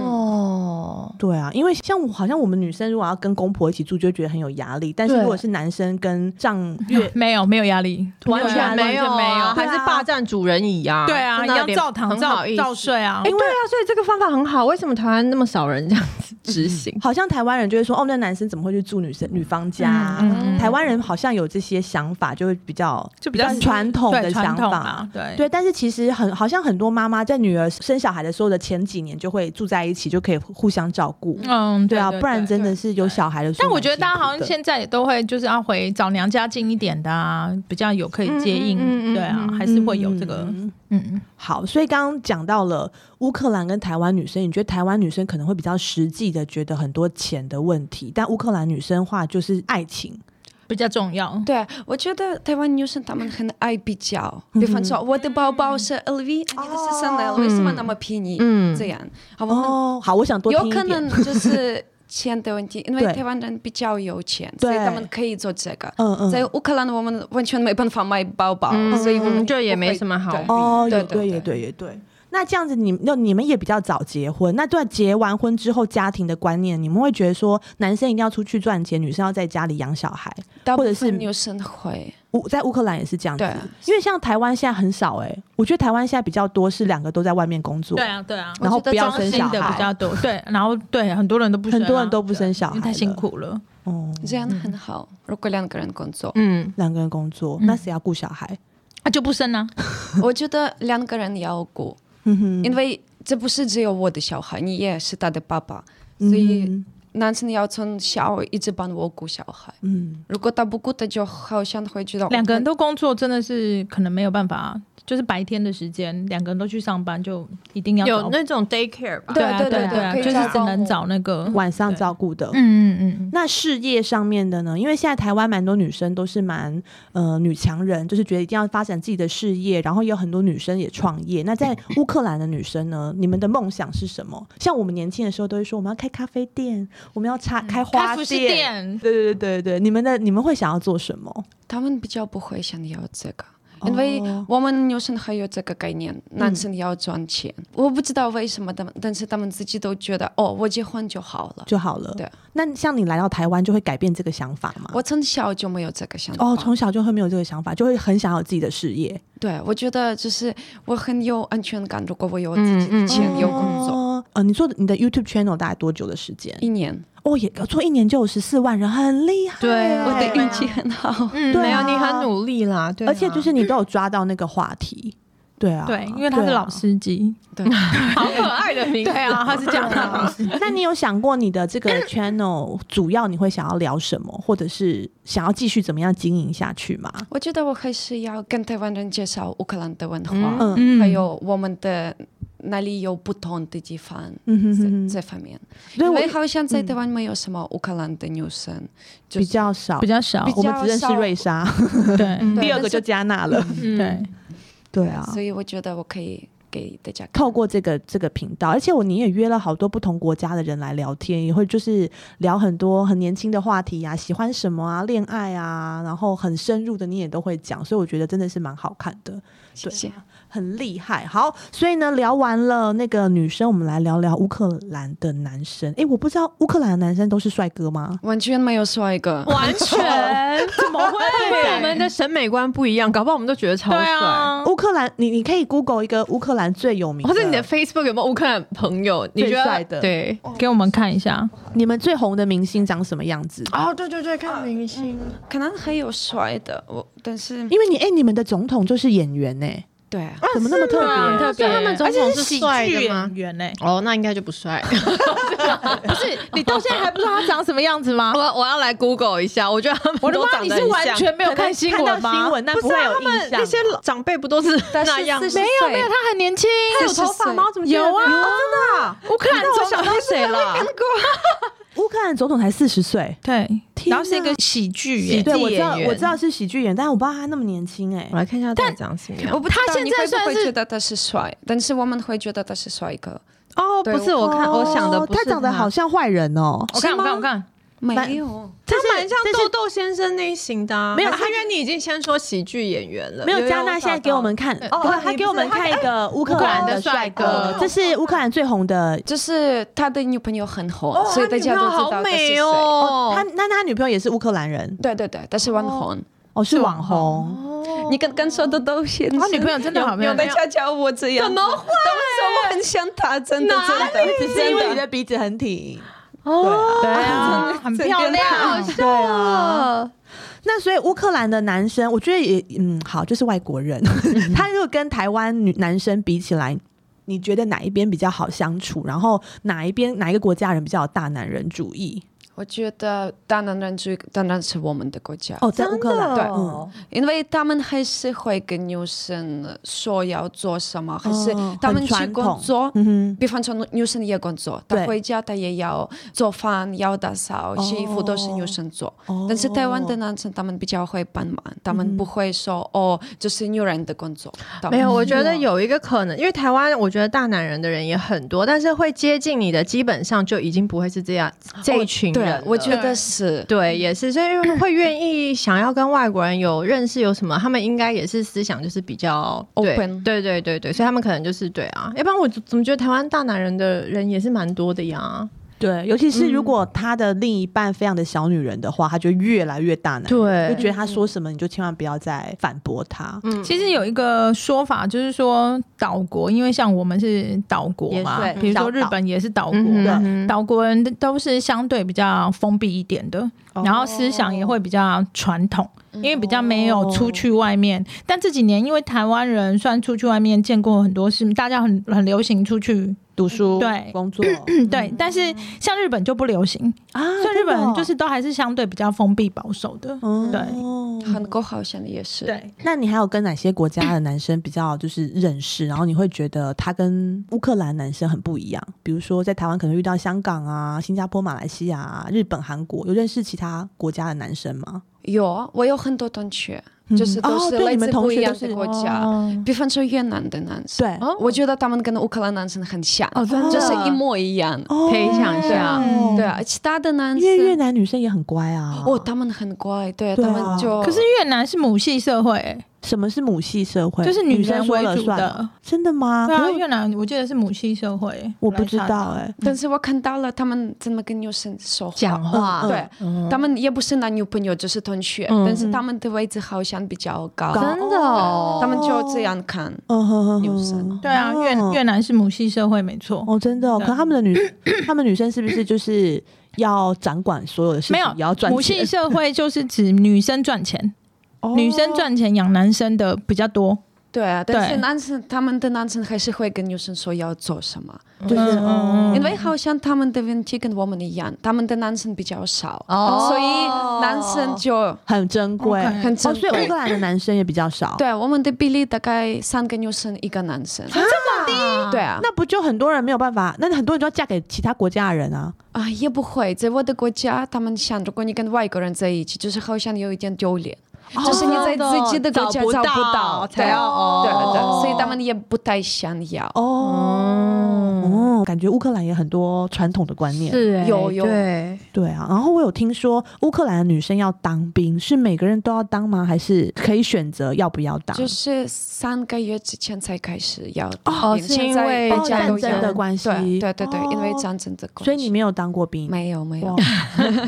Speaker 2: 哦，
Speaker 1: 对啊，因为像我好像我们女生如果要跟公婆一起住，就会觉得很有压力。但是
Speaker 2: 对
Speaker 1: 如果是男生跟丈 月，
Speaker 4: 没有，没有压力，
Speaker 1: 完全
Speaker 4: 对啊
Speaker 1: 没
Speaker 4: 完
Speaker 1: 有
Speaker 4: 全没有。
Speaker 2: 还是霸占主人椅啊？
Speaker 4: 对啊，
Speaker 2: 真的
Speaker 4: 要
Speaker 2: 有点
Speaker 4: 照堂
Speaker 2: 很
Speaker 4: 照
Speaker 2: 好意思
Speaker 4: 照睡啊
Speaker 2: 哎，。对啊，所以这个方法很好。为什么台湾那么少人这样子执行？
Speaker 1: 好像台湾人就会说，哦，那男生怎么会去住女生女方家、啊
Speaker 4: 嗯
Speaker 1: 台湾人好像有这些想法，就会比较
Speaker 4: 就比较
Speaker 1: 传统的
Speaker 4: 对
Speaker 1: 想
Speaker 4: 传
Speaker 1: 法。
Speaker 4: 统啊，对
Speaker 1: 对，但是其实很好像很多妈妈在女儿生小孩的时候的前几年就会住在一起，就可以互相照顾。
Speaker 4: 嗯，
Speaker 1: 对啊，
Speaker 4: 对
Speaker 1: 不然真的
Speaker 4: 对
Speaker 1: 是有小孩的时候蛮辛苦
Speaker 4: 但
Speaker 1: 的。
Speaker 4: 我觉得大家好像现在也都会就是要回找娘家近一点的啊，比较有可以接应，对啊，还是会有这个，
Speaker 1: 嗯
Speaker 4: 嗯，
Speaker 1: 好，所以刚刚讲到了乌克兰跟台湾女生，你觉得台湾女生可能会比较实际的觉得很多钱的问题，但乌克兰女生话就是爱情，
Speaker 4: 比较重要。
Speaker 3: 对，我觉得台湾女生她们很爱比较，比方说我的包包是 LV，你的是 Chanel，为什么那么便宜？
Speaker 2: 嗯
Speaker 3: 这样，好，我们
Speaker 1: 哦哦，好，我想多听
Speaker 3: 有
Speaker 1: 一
Speaker 3: 可
Speaker 1: 点
Speaker 3: 能就是钱的问题，因为
Speaker 1: 对
Speaker 3: 台湾人比较有钱，所以
Speaker 1: 对
Speaker 3: 他们可以做这个。
Speaker 1: 嗯嗯，
Speaker 3: 在乌克兰，我们完全没办法买包包，
Speaker 2: 嗯
Speaker 3: 所以我们
Speaker 2: 就也没什
Speaker 3: 么。
Speaker 2: 么好
Speaker 3: 对
Speaker 1: 哦，
Speaker 3: 嗯对
Speaker 1: 也
Speaker 3: 对
Speaker 1: 对，也对，也对。那这样子你，那你们也比较早结婚，那对结完婚之后家庭的观念，你们会觉得说男生一定要出去赚钱，女生要在家里养小孩。
Speaker 3: 大部
Speaker 1: 或者是
Speaker 3: 分女生会，
Speaker 1: 乌在乌克兰也是这样子
Speaker 3: 对，啊
Speaker 1: 因为像台湾现在很少哎、我觉得台湾现在比较多是两个都在外面工作，
Speaker 4: 对啊，对啊，
Speaker 1: 然后
Speaker 3: 我觉得
Speaker 1: 嗯不要
Speaker 4: 装
Speaker 1: 生
Speaker 4: 心
Speaker 1: 小
Speaker 4: 的比
Speaker 1: 孩，
Speaker 4: 较多，对，然后对很多人都不生啊，
Speaker 1: 很多人都不生小
Speaker 4: 因
Speaker 1: 孩
Speaker 4: 为
Speaker 1: 了，
Speaker 4: 太辛苦了。
Speaker 1: 哦。
Speaker 3: 这样很好。如果两个人工作，
Speaker 2: 嗯，
Speaker 1: 两个人工作，那谁要顾小孩？
Speaker 4: 啊，就不生啊，
Speaker 3: 我觉得两个人要顾，
Speaker 1: 嗯
Speaker 3: 因为这不是只有我的小孩，你也是他的爸爸，所以
Speaker 1: 嗯
Speaker 3: 男生要从小一直帮我顾小孩。
Speaker 1: 嗯，
Speaker 3: 如果他不顾，他就好像会觉
Speaker 1: 哦
Speaker 3: 得哦
Speaker 4: 两个人都工作，真的是可能没有办法，就是白天的时间，两个人都去上班，就一定要
Speaker 2: 有
Speaker 4: 找
Speaker 2: 那种 daycare 吧？
Speaker 4: 对
Speaker 3: 对
Speaker 4: 啊
Speaker 3: 对
Speaker 4: 对
Speaker 3: 对
Speaker 4: 啊啊，
Speaker 3: 可以
Speaker 4: 就是
Speaker 3: 找
Speaker 4: 只能
Speaker 3: 保姆
Speaker 4: 找那个，
Speaker 1: 晚上照顾的
Speaker 4: 嗯，嗯嗯嗯，
Speaker 1: 那事业上面的呢？因为现在台湾蛮多女生都是蛮呃女强人，就是觉得一定要发展自己的事业，然后也有很多女生也创业。那在乌克兰的女生 呢，你们的梦想是什么？像我们年轻的时候都会说我们要开咖啡店，我们要插
Speaker 3: 嗯
Speaker 1: 开花
Speaker 4: 开服饰
Speaker 1: 店。
Speaker 4: 店，
Speaker 1: 对对对对对，你们的你们会想要做什么？
Speaker 3: 他们比较不会想要这个。因为
Speaker 1: 哦嗯
Speaker 3: 我们女生还有这个概念，男生要赚钱。我不知道为什么他们，但是他们自己都觉得，哦，我结婚就好了。
Speaker 1: 就好了。
Speaker 3: 对，
Speaker 1: 那像你来到台湾就会改变这个想法吗？
Speaker 3: 我从小就没有这个想法。
Speaker 1: 啊哦，从小就会没有这个想法，就会很想要有自己的事业。
Speaker 3: 对，我觉得就是我很有安全感。如果我
Speaker 1: 嗯
Speaker 3: 有自己的嗯钱，有工作，
Speaker 1: 哦，呃，你做的你的 YouTube channel 大概多久的时间？
Speaker 3: 一年
Speaker 1: 哦，也做一年就有十四万人，很厉害。
Speaker 4: 对啊
Speaker 3: 我的
Speaker 4: 对啊
Speaker 3: 运气很好。
Speaker 2: 嗯，
Speaker 1: 对
Speaker 2: 没有，
Speaker 1: 啊
Speaker 2: 你很努力啦，对啊，
Speaker 1: 而且就是你都有抓到那个话题，对啊，
Speaker 4: 对，因为他是老司机，
Speaker 3: 对，
Speaker 2: 好可爱的名字
Speaker 4: 对啊，他是这样的老司
Speaker 1: 对啊。那你有想过你的这
Speaker 4: 嗯
Speaker 1: 个 channel 主要你会想要聊什么，或者是想要继续怎么样经营下去吗？
Speaker 3: 我觉得我还是要跟台湾人介绍乌克兰的文化，
Speaker 2: 嗯
Speaker 1: 嗯
Speaker 3: 还有我们的哪里有不同的地方。
Speaker 1: 嗯哼哼
Speaker 3: 这
Speaker 1: 哼，
Speaker 3: 这方面，
Speaker 1: 所以
Speaker 3: 因
Speaker 1: 我嗯
Speaker 3: 为好像在台湾没有什么乌克兰的女生，就
Speaker 1: 比
Speaker 3: 是
Speaker 1: 较少
Speaker 4: 比。较少
Speaker 3: 比，
Speaker 1: 我们只认识
Speaker 3: 较少
Speaker 1: 瑞莎，
Speaker 4: 对
Speaker 2: 嗯
Speaker 3: 对
Speaker 1: 第二个
Speaker 3: 但是
Speaker 1: 就加纳
Speaker 4: 嗯
Speaker 1: 了。
Speaker 4: 对，
Speaker 1: 对啊，
Speaker 3: 所以我觉得我可以给大家看
Speaker 1: 透过这个这个频道，而且我你也约了好多不同国家的人来聊天，也会就是聊很多很年轻的话题啊，喜欢什么啊，恋爱啊，然后很深入的你也都会讲，所以我觉得真的是蛮好看的，
Speaker 3: 谢谢。
Speaker 1: 很厉害。好，所以呢，聊完了那个女生，我们来聊聊乌克兰的男生。诶，我不知道乌克兰的男生都是帅哥吗？
Speaker 3: 完全没有帅哥，
Speaker 2: 完全怎么会？我们的审美观不一样，搞不好我们都觉得超
Speaker 4: 对
Speaker 2: 帅。
Speaker 4: 啊，
Speaker 1: 乌克兰，你你可以 Google 一个乌克兰最有名的，
Speaker 2: 嗯或者你的 Facebook 有没有乌克兰朋友？你觉
Speaker 1: 最帅
Speaker 2: 得
Speaker 1: 的
Speaker 2: 对？
Speaker 4: 给我们看一下，
Speaker 1: 你们最红的明星长什么样子？
Speaker 2: 哦，对对对，看明星，
Speaker 3: 可能还有帅的，我但是
Speaker 1: 因为你诶，你们的总统就是演员呢、
Speaker 3: 对啊，
Speaker 1: 怎么那么特别？
Speaker 4: 很特别，
Speaker 2: 所以他们总
Speaker 4: 而且
Speaker 2: 统
Speaker 4: 是
Speaker 2: 是
Speaker 4: 喜
Speaker 2: 帅
Speaker 4: 剧
Speaker 2: 的吗
Speaker 4: 演员呢，
Speaker 2: 哦，那应该就不 帅。
Speaker 4: 不是你到现在还不知道他长什么样子吗
Speaker 2: 我？我要来 Google 一下， 我觉得他们
Speaker 4: 我的
Speaker 2: 都
Speaker 4: 妈！
Speaker 2: 长
Speaker 4: 你
Speaker 2: 得很
Speaker 4: 是
Speaker 2: 像
Speaker 4: 完全没有看新闻
Speaker 1: 看到
Speaker 4: 吗？
Speaker 1: 新闻，但
Speaker 2: 不
Speaker 1: 会
Speaker 2: 是啊
Speaker 1: 有
Speaker 2: 他们
Speaker 1: 印象。
Speaker 2: 那些老长辈不都是那样吗？
Speaker 3: 没
Speaker 4: 没有没有，他很年轻，
Speaker 3: 他有头发吗我怎么
Speaker 4: 有啊？
Speaker 1: 有啊真的啊、
Speaker 4: 乌克兰
Speaker 2: 那我
Speaker 4: 总
Speaker 2: 想到谁了？
Speaker 1: 乌克兰总统才四十岁，
Speaker 4: 对，
Speaker 1: 天哪
Speaker 4: 然后是一个喜剧
Speaker 2: 喜
Speaker 4: 耶。
Speaker 1: 对我知道
Speaker 2: 演员
Speaker 1: 我知道是喜剧演，但我不知道他那么年轻哎、
Speaker 2: 我来看一下他长什么样
Speaker 3: 我。不知道
Speaker 4: 他现
Speaker 3: 你
Speaker 4: 在
Speaker 3: 会不
Speaker 4: 算
Speaker 3: 会
Speaker 4: 是
Speaker 3: 觉得他是帅，但是我们会觉得他是帅哥，
Speaker 2: 哦，
Speaker 3: 对
Speaker 2: 不是，我看我想的
Speaker 1: 哦
Speaker 2: 不是
Speaker 1: 他长得好，像坏人哦，
Speaker 4: 我看我看我看，
Speaker 1: 蛮
Speaker 3: 没有。
Speaker 2: 他
Speaker 1: 这是
Speaker 2: 蛮像
Speaker 1: 这是
Speaker 2: 豆豆先生那一型的啊。
Speaker 1: 没有
Speaker 2: 还是
Speaker 1: 他
Speaker 2: 因为你已经先说喜剧演员了。
Speaker 1: 没有
Speaker 2: 因为
Speaker 1: 加纳
Speaker 2: 我找
Speaker 1: 现在给我
Speaker 2: 到
Speaker 1: 们看
Speaker 2: 对
Speaker 1: 哦，他
Speaker 2: 你
Speaker 1: 给
Speaker 2: 不
Speaker 1: 我
Speaker 2: 是
Speaker 1: 们
Speaker 2: 他
Speaker 1: 看一个乌克
Speaker 4: 乌克兰
Speaker 1: 兰
Speaker 4: 的
Speaker 1: 的
Speaker 4: 帅
Speaker 1: 帅
Speaker 4: 哥
Speaker 1: 哥，哦这是乌克兰最红的。
Speaker 3: 就是他的女朋友很红，
Speaker 2: 哦，
Speaker 3: 所以
Speaker 2: 他
Speaker 3: 大
Speaker 2: 女
Speaker 3: 家
Speaker 2: 朋友
Speaker 3: 都知道
Speaker 2: 好
Speaker 3: 他是
Speaker 2: 美
Speaker 3: 谁。
Speaker 2: 哦。
Speaker 1: 他那他女朋友也是乌克兰人
Speaker 3: 对对对，他是网红。
Speaker 1: 哦，是网红。
Speaker 3: 你刚刚说的都 先生，
Speaker 4: 他啊女朋友真的好漂
Speaker 3: 有大
Speaker 4: 亮。
Speaker 3: 家教我这样，
Speaker 2: 怎么
Speaker 3: 会？但是我很想他，真的真的，
Speaker 1: 只是因为你的鼻子很挺，
Speaker 2: 哦，
Speaker 1: 对啊，
Speaker 4: 啊，很漂亮，
Speaker 1: 对啊。那所以乌克兰的男生，我觉得也嗯好，就是外国人， 他如果跟台湾女男生比起来，你觉得哪一边比较好相处？然后哪一边哪一个国家人比较有大男人主义？
Speaker 3: 我觉得当然最当然是我们的国家，
Speaker 1: 哦，在乌克兰，
Speaker 3: 对
Speaker 2: 哦
Speaker 1: 嗯，
Speaker 3: 因为他们还是会跟女生说要做什么，还是
Speaker 1: 哦
Speaker 3: 他
Speaker 1: 很
Speaker 3: 们去
Speaker 1: 传
Speaker 3: 工
Speaker 1: 统
Speaker 3: 作。
Speaker 1: 嗯哼，
Speaker 3: 比方说，女生也工作，她
Speaker 1: 对
Speaker 3: 回家她也要做饭、要打扫、洗衣服，都
Speaker 1: 哦
Speaker 3: 是女生做。但是台湾的男生他们比较会帮忙，他们不会说、哦，这是女人的工作。他们
Speaker 2: 没有，我觉得
Speaker 3: 嗯
Speaker 2: 有一个可能，因为台湾我觉得大男人的人也很多，但是会接近你的基本上就已经不会是这样这一群人了
Speaker 3: 对，我觉得是。
Speaker 2: 对，也是，所以会愿意想要跟外国人有认识，有什么，他们应该也是思想就是比较
Speaker 3: Open
Speaker 2: 对对对对对，所以他们可能就是对啊，要不然我怎么觉得台湾大男人的人也是蛮多的呀？
Speaker 1: 对，尤其是如果他的另一半非常的小女人的话，他就越来越大男人，
Speaker 2: 对
Speaker 1: 就觉得他说什么你就千万不要再反驳他，
Speaker 2: 嗯，
Speaker 4: 其实有一个说法，就是说岛国，因为像我们是岛国嘛
Speaker 2: 也，是
Speaker 4: 比如说
Speaker 1: 小岛
Speaker 4: 日本也是岛国，
Speaker 2: 嗯
Speaker 1: 对
Speaker 2: 哼
Speaker 4: 岛国人都是相对比较封闭一点的，
Speaker 1: 哦
Speaker 4: 然后思想也会比较传统，因为比较没有出去外面。但这几年因为台湾人算出去外面见过很多事，大家很很流行出去，
Speaker 1: 读书、
Speaker 4: 对
Speaker 1: 工作
Speaker 4: 嗯，对。但是像日本就不流行，
Speaker 1: 啊，
Speaker 4: 所以日本人就是
Speaker 1: 真
Speaker 4: 都还是相对比较封闭保守的。
Speaker 1: 的哦，对。
Speaker 3: 韩国好像也是，
Speaker 4: 对，
Speaker 1: 那你还有跟哪些国家的男生比较就是认识？然后你会觉得他跟乌克兰男生很不一样？比如说在台湾可能遇到香港啊、新加坡、马来西亚啊、日本、韩国，有认识其他国家的男生吗？
Speaker 3: 有我有很多同学，
Speaker 1: 嗯
Speaker 3: 就是都
Speaker 1: 哦
Speaker 3: 是
Speaker 1: 对
Speaker 3: 来
Speaker 1: 你
Speaker 3: 自
Speaker 1: 们同
Speaker 3: 不一
Speaker 1: 学
Speaker 3: 样
Speaker 1: 都是哦
Speaker 3: 的国家，比方说越南的男生，
Speaker 1: 对，
Speaker 2: 哦
Speaker 3: 我觉得他们跟乌克兰男生很像，
Speaker 2: 哦，真的
Speaker 3: 就是一模一样。
Speaker 1: 哦
Speaker 2: 可以想象
Speaker 1: 嗯
Speaker 3: 对啊，其他的男
Speaker 1: 因为越
Speaker 3: 生，
Speaker 1: 南女生也很乖啊。
Speaker 3: 哦，他们很乖，对，
Speaker 1: 对
Speaker 3: 他
Speaker 1: 啊
Speaker 3: 们就
Speaker 4: 可是越南是母系社会、欸
Speaker 1: 什么是母系社会？
Speaker 4: 就是
Speaker 1: 女
Speaker 4: 女
Speaker 1: 生
Speaker 4: 人
Speaker 1: 说
Speaker 4: 为
Speaker 1: 了
Speaker 4: 主
Speaker 1: 算
Speaker 4: 的
Speaker 1: 吗，真的吗？
Speaker 4: 对啊，
Speaker 1: 可是
Speaker 4: 越南我记得是母系社会欸，
Speaker 1: 我不知
Speaker 4: 来
Speaker 1: 道
Speaker 4: 查的
Speaker 1: 哎、
Speaker 3: 但是我看到了他们怎么跟女生说话，
Speaker 2: 讲话，
Speaker 1: 嗯嗯
Speaker 3: 对，他们也不是男女朋友，就是同学，
Speaker 2: 嗯
Speaker 3: 但是他们的位置好像比较高，
Speaker 1: 高
Speaker 2: 真的哦，
Speaker 3: 他们就这样看。
Speaker 1: 嗯哼哼
Speaker 3: 女
Speaker 1: 哼
Speaker 3: 生
Speaker 4: 对啊，越越南是母系社会，没错。
Speaker 1: 哦，真的、哦，
Speaker 4: 对
Speaker 1: 可他们的女，他们女生是不是就是要掌管所有的事情，
Speaker 4: 没有
Speaker 1: 也要赚
Speaker 4: 母系
Speaker 1: 钱？
Speaker 4: 社会就是指女生赚钱，
Speaker 1: 哦
Speaker 4: 女生赚钱养男生的比较多。
Speaker 3: 对啊，但是
Speaker 4: 对
Speaker 3: 男生他们的男生还是会跟女生说要做什么，
Speaker 1: 就是
Speaker 4: 嗯
Speaker 1: 哦
Speaker 4: 嗯
Speaker 3: 因为好像他们的问题跟我们一样，他们的男生比较少，
Speaker 2: 哦
Speaker 3: 所以男生就
Speaker 1: 很珍贵。
Speaker 4: OK
Speaker 3: 很
Speaker 1: 哦，
Speaker 3: 珍
Speaker 1: 所
Speaker 3: 贵。
Speaker 1: 以乌克兰的男生也比较少，，
Speaker 3: 对，我们的比例大概三个女生一个男生，
Speaker 1: 啊
Speaker 3: 对啊，
Speaker 1: 那不就很多人没有办法？那很多人就要嫁给其他国家的人啊。
Speaker 3: 啊也不会，在我的国家，他们想，如果你跟外国人在一起，就是好像有一点丢脸，
Speaker 1: 哦
Speaker 4: 哦
Speaker 3: 就是你在自己的国家
Speaker 2: 找不
Speaker 3: 找不
Speaker 2: 到
Speaker 3: 到，
Speaker 2: 才
Speaker 3: 对
Speaker 2: 要哦
Speaker 3: 对对，啊所以他们也不太想要。
Speaker 1: 哦
Speaker 4: 嗯
Speaker 1: 哦，感觉乌克兰也很多传统的观念，
Speaker 2: 是欸
Speaker 3: 有有
Speaker 2: 对
Speaker 1: 对啊。然后我有听说乌克兰的女生要当兵，是每个人都要当吗？还是可以选择要不要当？
Speaker 3: 就是三个月之前才开始要
Speaker 2: 哦
Speaker 3: 当兵
Speaker 2: 是
Speaker 3: 现
Speaker 2: 因
Speaker 3: 在
Speaker 2: 为
Speaker 3: 大
Speaker 1: 哦
Speaker 3: 家
Speaker 1: 战
Speaker 3: 都
Speaker 1: 争的
Speaker 3: 要
Speaker 1: 关系，
Speaker 3: 对对对对，因为
Speaker 1: 哦
Speaker 3: 战争的关系，
Speaker 1: 所以你没有当过兵，
Speaker 3: 没有没
Speaker 1: 哇哦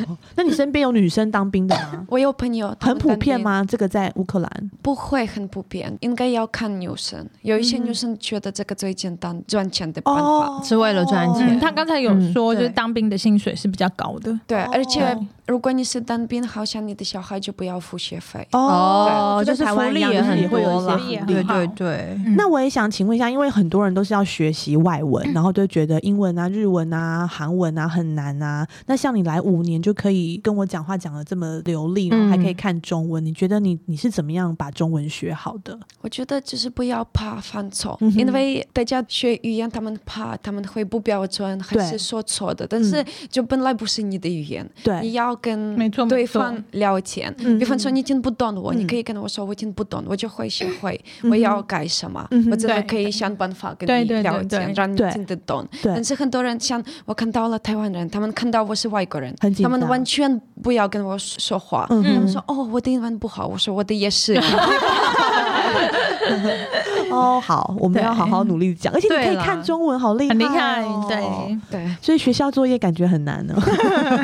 Speaker 3: 有，？
Speaker 1: 那你身边有女生当兵的吗
Speaker 3: 我有朋 友他
Speaker 1: 很
Speaker 3: 们
Speaker 1: 普
Speaker 3: 当
Speaker 1: 遍
Speaker 3: 兵
Speaker 1: 吗？这个在乌克兰
Speaker 3: 不会很普遍，应该要看女生。有一些女生觉得这个最简单赚钱的办法，
Speaker 1: 哦
Speaker 2: 是为了赚钱
Speaker 4: 嗯，他刚才有说，
Speaker 3: 嗯
Speaker 4: 就是
Speaker 3: 对
Speaker 4: 当兵的薪水是比较高的。
Speaker 3: 对。而且
Speaker 4: 对
Speaker 3: 如果你是单兵，好像你的小孩就不要付学费。
Speaker 2: 哦，就是
Speaker 1: 台
Speaker 2: 福
Speaker 1: 湾一
Speaker 2: 利
Speaker 1: 样
Speaker 2: 也
Speaker 1: 就是
Speaker 2: 很
Speaker 1: 会有
Speaker 2: 多
Speaker 1: 一
Speaker 2: 啦
Speaker 1: 些
Speaker 4: 福利，
Speaker 2: 对
Speaker 4: 很好
Speaker 2: 对对，
Speaker 1: 那我也想请问一下，因为很多人都是要学习外文，然后就觉得英文啊、日文啊、韩文啊很难啊。那像你来五年就可以跟我讲话讲的这么流利，然后还可以看中文，你觉得你你是怎么样把中文学好的？
Speaker 3: 我觉得就是不要怕犯错，
Speaker 1: 嗯哼
Speaker 3: 因为大家学语言，他们怕他们会不标准，还
Speaker 1: 对
Speaker 3: 是说错的。但是就本来不是你的语言，你
Speaker 1: 对，
Speaker 3: 要跟
Speaker 4: 没错没
Speaker 3: 对
Speaker 4: 错
Speaker 3: 方聊天。
Speaker 1: 嗯
Speaker 3: 比方说你听不懂我，你
Speaker 1: 嗯
Speaker 3: 可以跟我说我听不懂，我就会学会，
Speaker 1: 嗯
Speaker 3: 我要改什么，
Speaker 1: 嗯哼
Speaker 3: 我真的
Speaker 4: 对
Speaker 3: 可以想办法跟
Speaker 4: 对
Speaker 3: 你
Speaker 4: 对对
Speaker 3: 聊天，
Speaker 4: 对
Speaker 3: 让你
Speaker 1: 对
Speaker 3: 听得懂。
Speaker 1: 对
Speaker 3: 但，是很多人像我看到了台湾人，他们看到我是外国人
Speaker 1: 很，紧
Speaker 3: 他
Speaker 1: 张
Speaker 3: 们完全不要跟我说说话。
Speaker 1: 嗯
Speaker 3: 他
Speaker 1: 哼
Speaker 3: 们说：“哦，我的英文不好。”我说：“我的也 是。
Speaker 1: 哦，好，我们
Speaker 4: 对
Speaker 1: 要好好努力讲，而且你可以
Speaker 2: 对啦
Speaker 1: 看中文，好厉害、哦，
Speaker 4: 很厉害，对。。
Speaker 3: 对
Speaker 1: 所以学校作业感觉很难呢，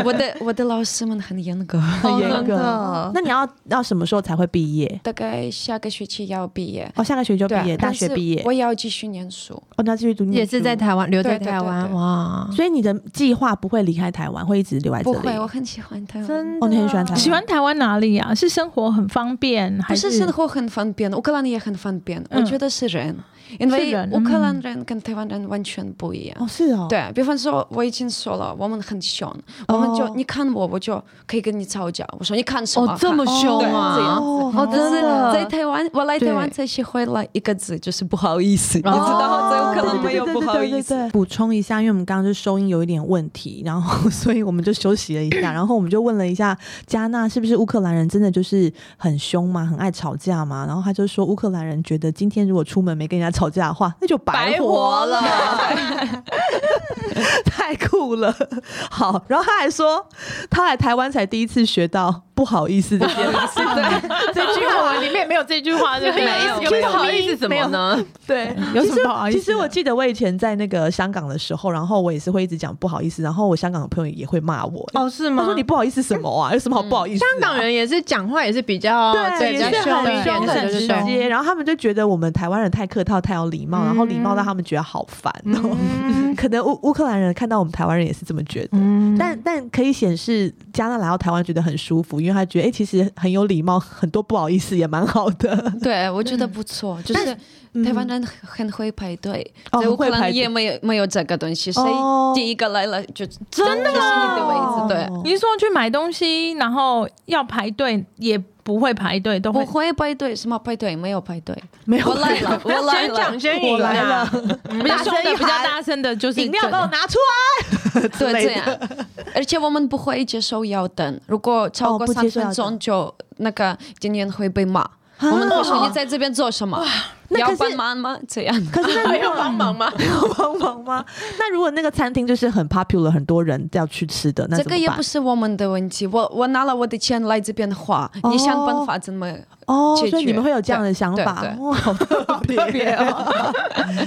Speaker 3: 我的我的老师们很严格，
Speaker 1: 很严
Speaker 2: 真
Speaker 1: 格。
Speaker 2: 的
Speaker 1: 那你要要什么时候才会毕业？
Speaker 3: 大概下个学期要毕业。
Speaker 1: 哦，下个学期就毕
Speaker 3: 对，啊
Speaker 1: 业，大
Speaker 3: 但是
Speaker 1: 学毕业
Speaker 3: 我，也要继续念书。
Speaker 1: 哦，那继续读念
Speaker 2: 也是
Speaker 1: 书
Speaker 2: 在。台湾留在
Speaker 3: 对对
Speaker 2: 台
Speaker 3: 对
Speaker 2: 湾
Speaker 3: 对
Speaker 2: 哇，
Speaker 1: 所以你的计划不会离开台湾，会一直留在这
Speaker 3: 不
Speaker 1: 里。
Speaker 3: 会，我很喜欢台湾。
Speaker 2: 真
Speaker 1: 哦，你很喜欢台湾，
Speaker 4: 喜欢台湾哪里呀、是生活很方便，还
Speaker 3: 不
Speaker 4: 是
Speaker 3: 是生活很方便，乌克兰也很方便，我
Speaker 4: 嗯
Speaker 3: 觉得是人，因为
Speaker 4: 人
Speaker 3: 乌克兰人跟台湾人完全不一样。
Speaker 1: 哦，是哦，，
Speaker 3: 对，比方说我已经说了，我们很凶，我们就、
Speaker 1: 哦
Speaker 3: 你看我，我就可以跟你吵架。我说你看什么
Speaker 2: 哦
Speaker 3: 看？，
Speaker 2: 这么凶
Speaker 3: 对这
Speaker 2: 啊
Speaker 3: 样！
Speaker 1: 哦，
Speaker 3: 哦，但是
Speaker 2: 哦
Speaker 3: 在台湾，我来台湾
Speaker 2: 对
Speaker 3: 才学会了一个字，就是不好意思，
Speaker 2: 哦
Speaker 3: 你知道吗？在
Speaker 1: 哦
Speaker 3: 乌克兰没有
Speaker 1: 对对
Speaker 3: 不好
Speaker 1: 对对
Speaker 3: 意
Speaker 1: 对
Speaker 3: 思
Speaker 1: 对。补充一下，因为我们刚刚就收音有一点问题，然后 所以我们就休息了一下，然后我们就问了一下加纳是不是乌克兰人真的就是很凶吗？很爱吵架吗？然后他就说乌克兰人觉得今天如果出门没跟人家吵架的话，那就白活 了，太酷了。好，然后他还说他来台湾才第一次学到不好意思这件 事，对
Speaker 4: 这句话里面没有这句话，对不对？
Speaker 2: 没有，
Speaker 4: 没有
Speaker 2: 不好意思什么呢？
Speaker 1: 对。
Speaker 4: 有
Speaker 1: 其
Speaker 4: 什
Speaker 1: 实
Speaker 4: 么不哦好意思的？
Speaker 1: 其实我记得我以前在那个香港的时候，然后我也是会一直讲不好意思，然后我香港的朋友也会骂我。
Speaker 4: 哦，是吗？
Speaker 1: 他
Speaker 4: 嗯
Speaker 1: 说你不好意思什么啊？有什么好不好意思、啊？
Speaker 5: 香港人也是讲话也是比较
Speaker 2: 哦
Speaker 1: 对，
Speaker 5: 比较
Speaker 1: 也是
Speaker 5: 凶一
Speaker 1: 很
Speaker 5: 点
Speaker 1: 凶
Speaker 5: 的，
Speaker 1: 很
Speaker 5: 对
Speaker 1: 直
Speaker 5: 对对
Speaker 1: 接，然后他们就觉得我们台湾人太客套、太有礼
Speaker 4: 嗯
Speaker 1: 貌，然后礼貌到他们觉得好烦哦。 可能乌乌克兰人看到我们台湾人也是这么觉
Speaker 4: 嗯
Speaker 1: 得，但但可以显示加纳来到台湾觉得很舒服，因为他觉得哎、诶其实很有礼貌，很多不好意思也蛮好的。
Speaker 3: 对，我觉得不错，就是台湾人很很会排队，
Speaker 1: 哦
Speaker 3: 在乌克
Speaker 1: 会排
Speaker 3: 兰
Speaker 1: 队
Speaker 3: 也没有没有这个东西，谁
Speaker 1: 哦
Speaker 3: 第一个来了就真的就是你的位置，对。
Speaker 4: 你是说去买东西，然后要排队也不会排队，都
Speaker 3: 不
Speaker 4: 会
Speaker 3: 会排队，什么排队？没有排队，
Speaker 1: 没有
Speaker 3: 我 来了，我来
Speaker 5: 先
Speaker 3: 了
Speaker 5: 讲，先
Speaker 1: 我
Speaker 5: 赢
Speaker 1: 来
Speaker 5: 啊
Speaker 1: 了，
Speaker 4: 比较凶的、比较大声的，就是
Speaker 1: 饮料给我拿出来，之
Speaker 3: 对，
Speaker 1: 类
Speaker 3: 这
Speaker 1: 的。
Speaker 3: 样。而且我们不会接受要等，如果超
Speaker 1: 哦
Speaker 3: 过
Speaker 1: 不接受
Speaker 3: 三
Speaker 1: 要
Speaker 3: 分
Speaker 1: 等啊
Speaker 3: 钟就那个店员会被骂。我们会说你在这边做什么？
Speaker 1: 那可
Speaker 3: 要
Speaker 1: 是
Speaker 3: 帮忙吗？这样。
Speaker 1: 可是
Speaker 3: 哎
Speaker 1: 那如果
Speaker 5: 帮忙吗？
Speaker 1: 有帮忙吗？那如果那个餐厅就是很 popular，很多人要去吃的，那
Speaker 3: 这
Speaker 1: 怎么
Speaker 3: 个
Speaker 1: 办？
Speaker 3: 也不是我们的问题，我我拿了我的钱来这边花，你想办法怎么？
Speaker 1: 哦，
Speaker 3: 解
Speaker 1: 所以你
Speaker 3: 决
Speaker 1: 们会有这样的想
Speaker 3: 对
Speaker 1: 法
Speaker 3: 对，
Speaker 1: 哦，好特别哦。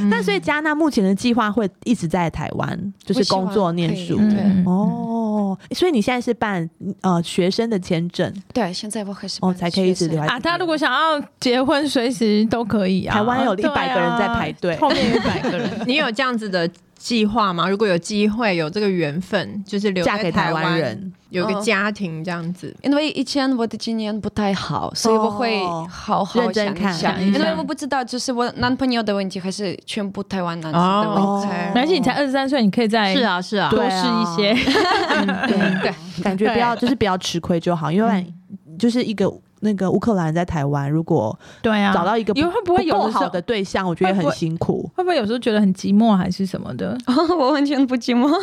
Speaker 1: 那所以加纳目前的计划会一直在台湾，就是
Speaker 3: 我希望
Speaker 1: 工作、念
Speaker 3: 可以
Speaker 1: 书。
Speaker 3: 对
Speaker 4: 嗯
Speaker 1: 哦，所以你现在是办呃学生的签证，
Speaker 3: 对，现在我还是
Speaker 1: 哦，才可以一直留
Speaker 3: 来。
Speaker 1: 在
Speaker 4: 啊，他如果想要结婚，随时都可以啊。
Speaker 1: 台湾有
Speaker 4: 对啊
Speaker 1: 100个人在排队
Speaker 4: 后面有一百个人。
Speaker 5: 你有这样子的计划吗？如果有机会，有这个缘分，就是留在
Speaker 1: 嫁给台
Speaker 5: 台
Speaker 1: 湾
Speaker 5: 湾，哦
Speaker 1: 人。
Speaker 5: 有个家庭这样子。
Speaker 3: 因为以前我的经验不太好，所以我会
Speaker 1: 哦
Speaker 3: 好好
Speaker 1: 认真
Speaker 3: 想
Speaker 1: 看
Speaker 3: 一下，
Speaker 4: 想一
Speaker 3: 因
Speaker 4: 下
Speaker 3: 为我不知道就是我男朋友的问题还是全部台湾男生的问题。
Speaker 1: 哦
Speaker 4: 而且你才二十三岁，你可以再
Speaker 5: 是啊，是啊，
Speaker 4: 多
Speaker 1: 对
Speaker 4: 试
Speaker 1: 啊
Speaker 4: 一些。
Speaker 1: 对，感觉不要就是不要吃亏就好，因为不
Speaker 3: 嗯
Speaker 1: 然就是一个那个乌克兰人在台湾，如果
Speaker 4: 对啊，
Speaker 1: 找到一个
Speaker 4: 因为会不会有
Speaker 1: 够
Speaker 4: 的时候
Speaker 1: 好的对象，我觉得也很辛苦。
Speaker 4: 会不会有时候觉得很寂寞还是什么的？
Speaker 3: 我完全不 寂寞。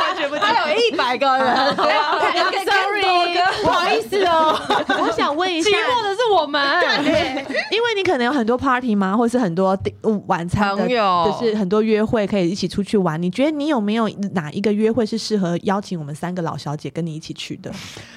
Speaker 5: 还有一百个 人，对啊
Speaker 3: 更多
Speaker 5: ，sorry，不好意思哦，
Speaker 1: 我想问一
Speaker 5: 寂寞的是我们。
Speaker 1: 因为你可能有很多 party 吗，或是很多订呃晚餐的
Speaker 5: 朋友
Speaker 1: 就是很多约会可以一起出去玩。你觉得你有没有哪一个约会是适合邀请我们三个老小姐跟你一起去 的？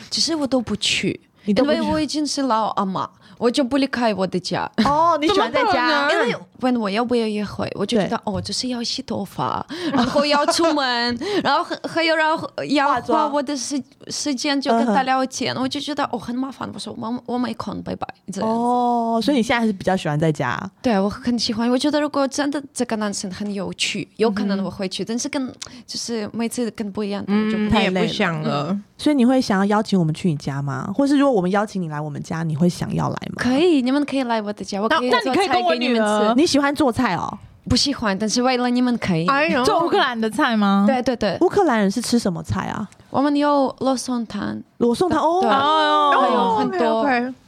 Speaker 3: 其实我都不去，
Speaker 1: 你都
Speaker 3: 因
Speaker 1: 不
Speaker 3: 为我已经是老阿妈，我就不离开我的家。
Speaker 1: 哦，你喜欢在家，因为
Speaker 3: 问我要不要约会，我就
Speaker 1: 对
Speaker 3: 觉得哦，就是要洗头发， 然后要出门， 然后还还有然后
Speaker 1: 化
Speaker 3: 要
Speaker 1: 妆
Speaker 3: 花我的时时间就跟他聊
Speaker 4: 嗯
Speaker 3: 天，我就觉得哦很麻烦。我说我我没空，拜拜。这样
Speaker 1: 哦，所以你现在还是比较喜欢在家。
Speaker 3: 对我很喜欢，我觉得如果真的这个男生很有趣，有可能我会
Speaker 4: 嗯
Speaker 3: 去，但是跟就是每次跟不一样，我就不
Speaker 5: 嗯，
Speaker 3: 会
Speaker 5: 你也不想了，
Speaker 1: 所以你会想要邀请我们去你家吗？或是如果我们邀请你来我们家，你会想要来吗？
Speaker 3: 可以，你们可以来我的家，我可以
Speaker 4: 那那
Speaker 3: 做
Speaker 4: 你可以
Speaker 3: 菜
Speaker 4: 跟我
Speaker 3: 给你们
Speaker 4: 女儿
Speaker 3: 吃。
Speaker 1: 你喜欢做菜哦？
Speaker 3: 不喜欢，但是为了你们可以。
Speaker 5: 哎呦，
Speaker 4: 做乌克兰的菜
Speaker 1: 嗯
Speaker 4: 吗？
Speaker 3: 对对对，
Speaker 1: 乌克兰人是吃什么菜啊？
Speaker 3: 我们有罗宋汤，
Speaker 1: 罗宋汤
Speaker 3: 对
Speaker 1: 哦，
Speaker 4: 哦，
Speaker 3: 还有很多。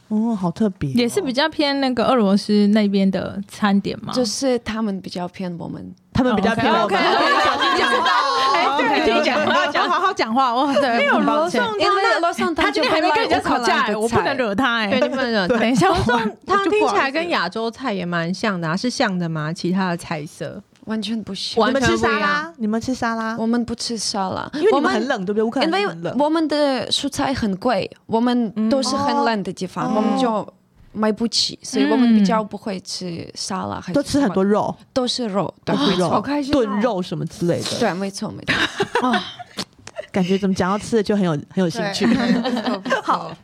Speaker 1: 哦，好特别哦、
Speaker 4: 也是比较偏那个俄罗斯那边的餐点
Speaker 1: 啊
Speaker 4: 嘛。
Speaker 3: 就是他们比较偏我们，
Speaker 1: 他们比较偏我们
Speaker 4: OK，小心讲话。
Speaker 5: 哦
Speaker 4: 哎，对，听讲话，讲好好讲话。哇，对，没有罗
Speaker 1: 哦
Speaker 4: 宋，
Speaker 3: 因为罗宋
Speaker 4: 他
Speaker 3: 汤
Speaker 4: 今
Speaker 3: 就
Speaker 4: 天还没
Speaker 3: 不
Speaker 4: 跟人
Speaker 3: 卖
Speaker 4: 家
Speaker 3: 乌克
Speaker 4: 吵
Speaker 3: 兰
Speaker 4: 架，哎
Speaker 3: 的
Speaker 4: 我不
Speaker 3: 菜
Speaker 4: 能惹他。哎
Speaker 5: 对，，你们忍。
Speaker 4: 等一下，我
Speaker 5: 它
Speaker 4: 就不
Speaker 5: 听
Speaker 4: 好
Speaker 5: 起来
Speaker 4: 意思
Speaker 5: 跟亚洲菜也蛮像的、啊，是像的吗？其他的菜色
Speaker 3: 完全不行。
Speaker 5: 完
Speaker 1: 你们
Speaker 5: 全
Speaker 1: 吃
Speaker 5: 不
Speaker 1: 沙
Speaker 5: 一样
Speaker 1: 拉，你们吃沙拉，
Speaker 3: 我们不吃沙拉，
Speaker 1: 因为
Speaker 3: 我
Speaker 1: 你们
Speaker 3: 们
Speaker 1: 很，冷，对不对？乌克兰
Speaker 3: 因为
Speaker 1: 很冷。嗯
Speaker 3: 我们的蔬菜很贵，我们都是很冷的地方，
Speaker 1: 哦嗯
Speaker 3: 我们就买不起，所以我们比较不会吃沙拉，还是
Speaker 1: 都吃很多
Speaker 3: 什么，
Speaker 1: 肉，
Speaker 3: 都是肉，对，
Speaker 1: 炖肉、
Speaker 5: 好开心哦
Speaker 1: 炖肉什么之类的，
Speaker 3: 对，没错，没错。
Speaker 1: 感觉怎么讲到吃的就很有很 有兴趣。
Speaker 5: 好，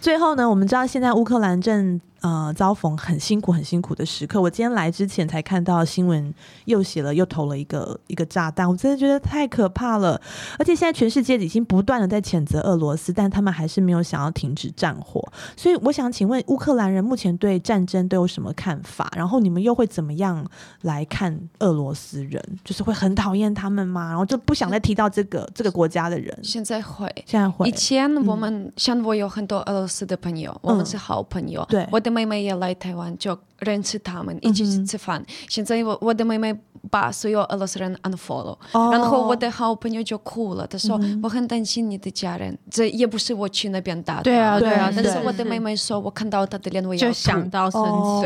Speaker 1: 最后呢，我们知道现在乌克兰正呃遭逢很辛苦、很辛苦的时刻。我今天来之前才看到新闻，又写了又投了一个一个炸弹，我真的觉得太可怕了。而且现在全世界已经不断的在谴责俄罗斯，但他们还是没有想要停止战火。所以我想请问乌克兰人目前对战争都有什么看法？然后你们又会怎么样来看俄罗斯人？就是会很讨厌他们吗？然后就不想再提到这个这个国家的人？
Speaker 3: 现在会。
Speaker 1: 现在会
Speaker 3: 以前我们、
Speaker 1: 嗯
Speaker 3: 像我有很多俄罗斯的朋友，我们是好朋友。
Speaker 1: 对嗯
Speaker 3: 我的妹妹也来台湾，就认识他们，一起去吃饭。现在我我的妹妹把所有俄罗斯人 unfollow，、
Speaker 1: 哦嗯
Speaker 3: 然后我的好朋友就哭了，她说、我很担心你的家人，这也不是我去那边打的。
Speaker 5: 对啊
Speaker 1: 对啊
Speaker 3: 但是
Speaker 1: 对
Speaker 3: 我的妹妹说，我看到她的脸，我也要
Speaker 5: 就
Speaker 3: 哭
Speaker 5: 想到生
Speaker 1: 哦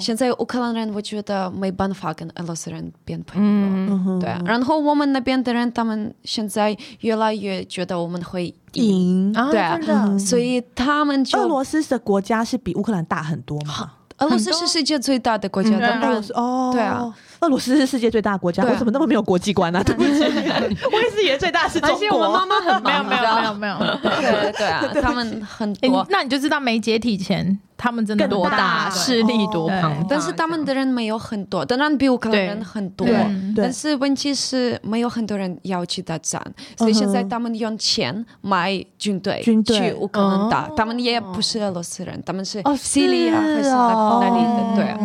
Speaker 5: 气。
Speaker 3: 现在乌克兰人，我觉得没办法跟俄罗斯人变朋友。
Speaker 1: 嗯哼
Speaker 3: 对啊，然后我们那边的人，他们现在越来越觉得我们会赢，
Speaker 1: 赢
Speaker 5: 啊
Speaker 3: 对啊
Speaker 5: 真的
Speaker 3: 所以他们就
Speaker 1: 俄罗斯的国家是比乌克兰大很多吗？
Speaker 3: 俄罗斯是世界最大的国家，
Speaker 5: 嗯
Speaker 3: 当
Speaker 1: 俄
Speaker 3: 然
Speaker 1: 罗斯哦，
Speaker 3: 对啊，
Speaker 1: 俄罗斯是世界最大的国家，
Speaker 3: 对啊
Speaker 1: 我怎么那么没有国际 观呢、啊？对不起，我一直以为最大是中
Speaker 5: 而且我们妈
Speaker 1: 国。
Speaker 5: 妈很
Speaker 4: 没 有
Speaker 5: 忙，
Speaker 4: 没有没有没有。
Speaker 3: 对对啊，他们很
Speaker 4: 诶
Speaker 3: 多，
Speaker 4: 欸那你就知道没解体前他们真的
Speaker 1: 更
Speaker 4: 多
Speaker 1: 大哦
Speaker 4: 大
Speaker 1: 是
Speaker 4: 是
Speaker 5: 势力多
Speaker 4: 对
Speaker 5: 庞大，
Speaker 3: 但是他们的人没有很多，当然比乌克兰
Speaker 5: 对
Speaker 3: 人很多。
Speaker 5: 对
Speaker 1: 嗯对
Speaker 3: 但，是问题是没有很多人要去打仗，所以现在
Speaker 1: 嗯哼
Speaker 3: 他们用钱买军队
Speaker 1: 军队
Speaker 3: 去乌克兰打，他们也不是俄罗斯人，他们是
Speaker 1: 哦
Speaker 3: 叙利亚啊还是
Speaker 1: 哦
Speaker 3: 哪哪里的？对啊，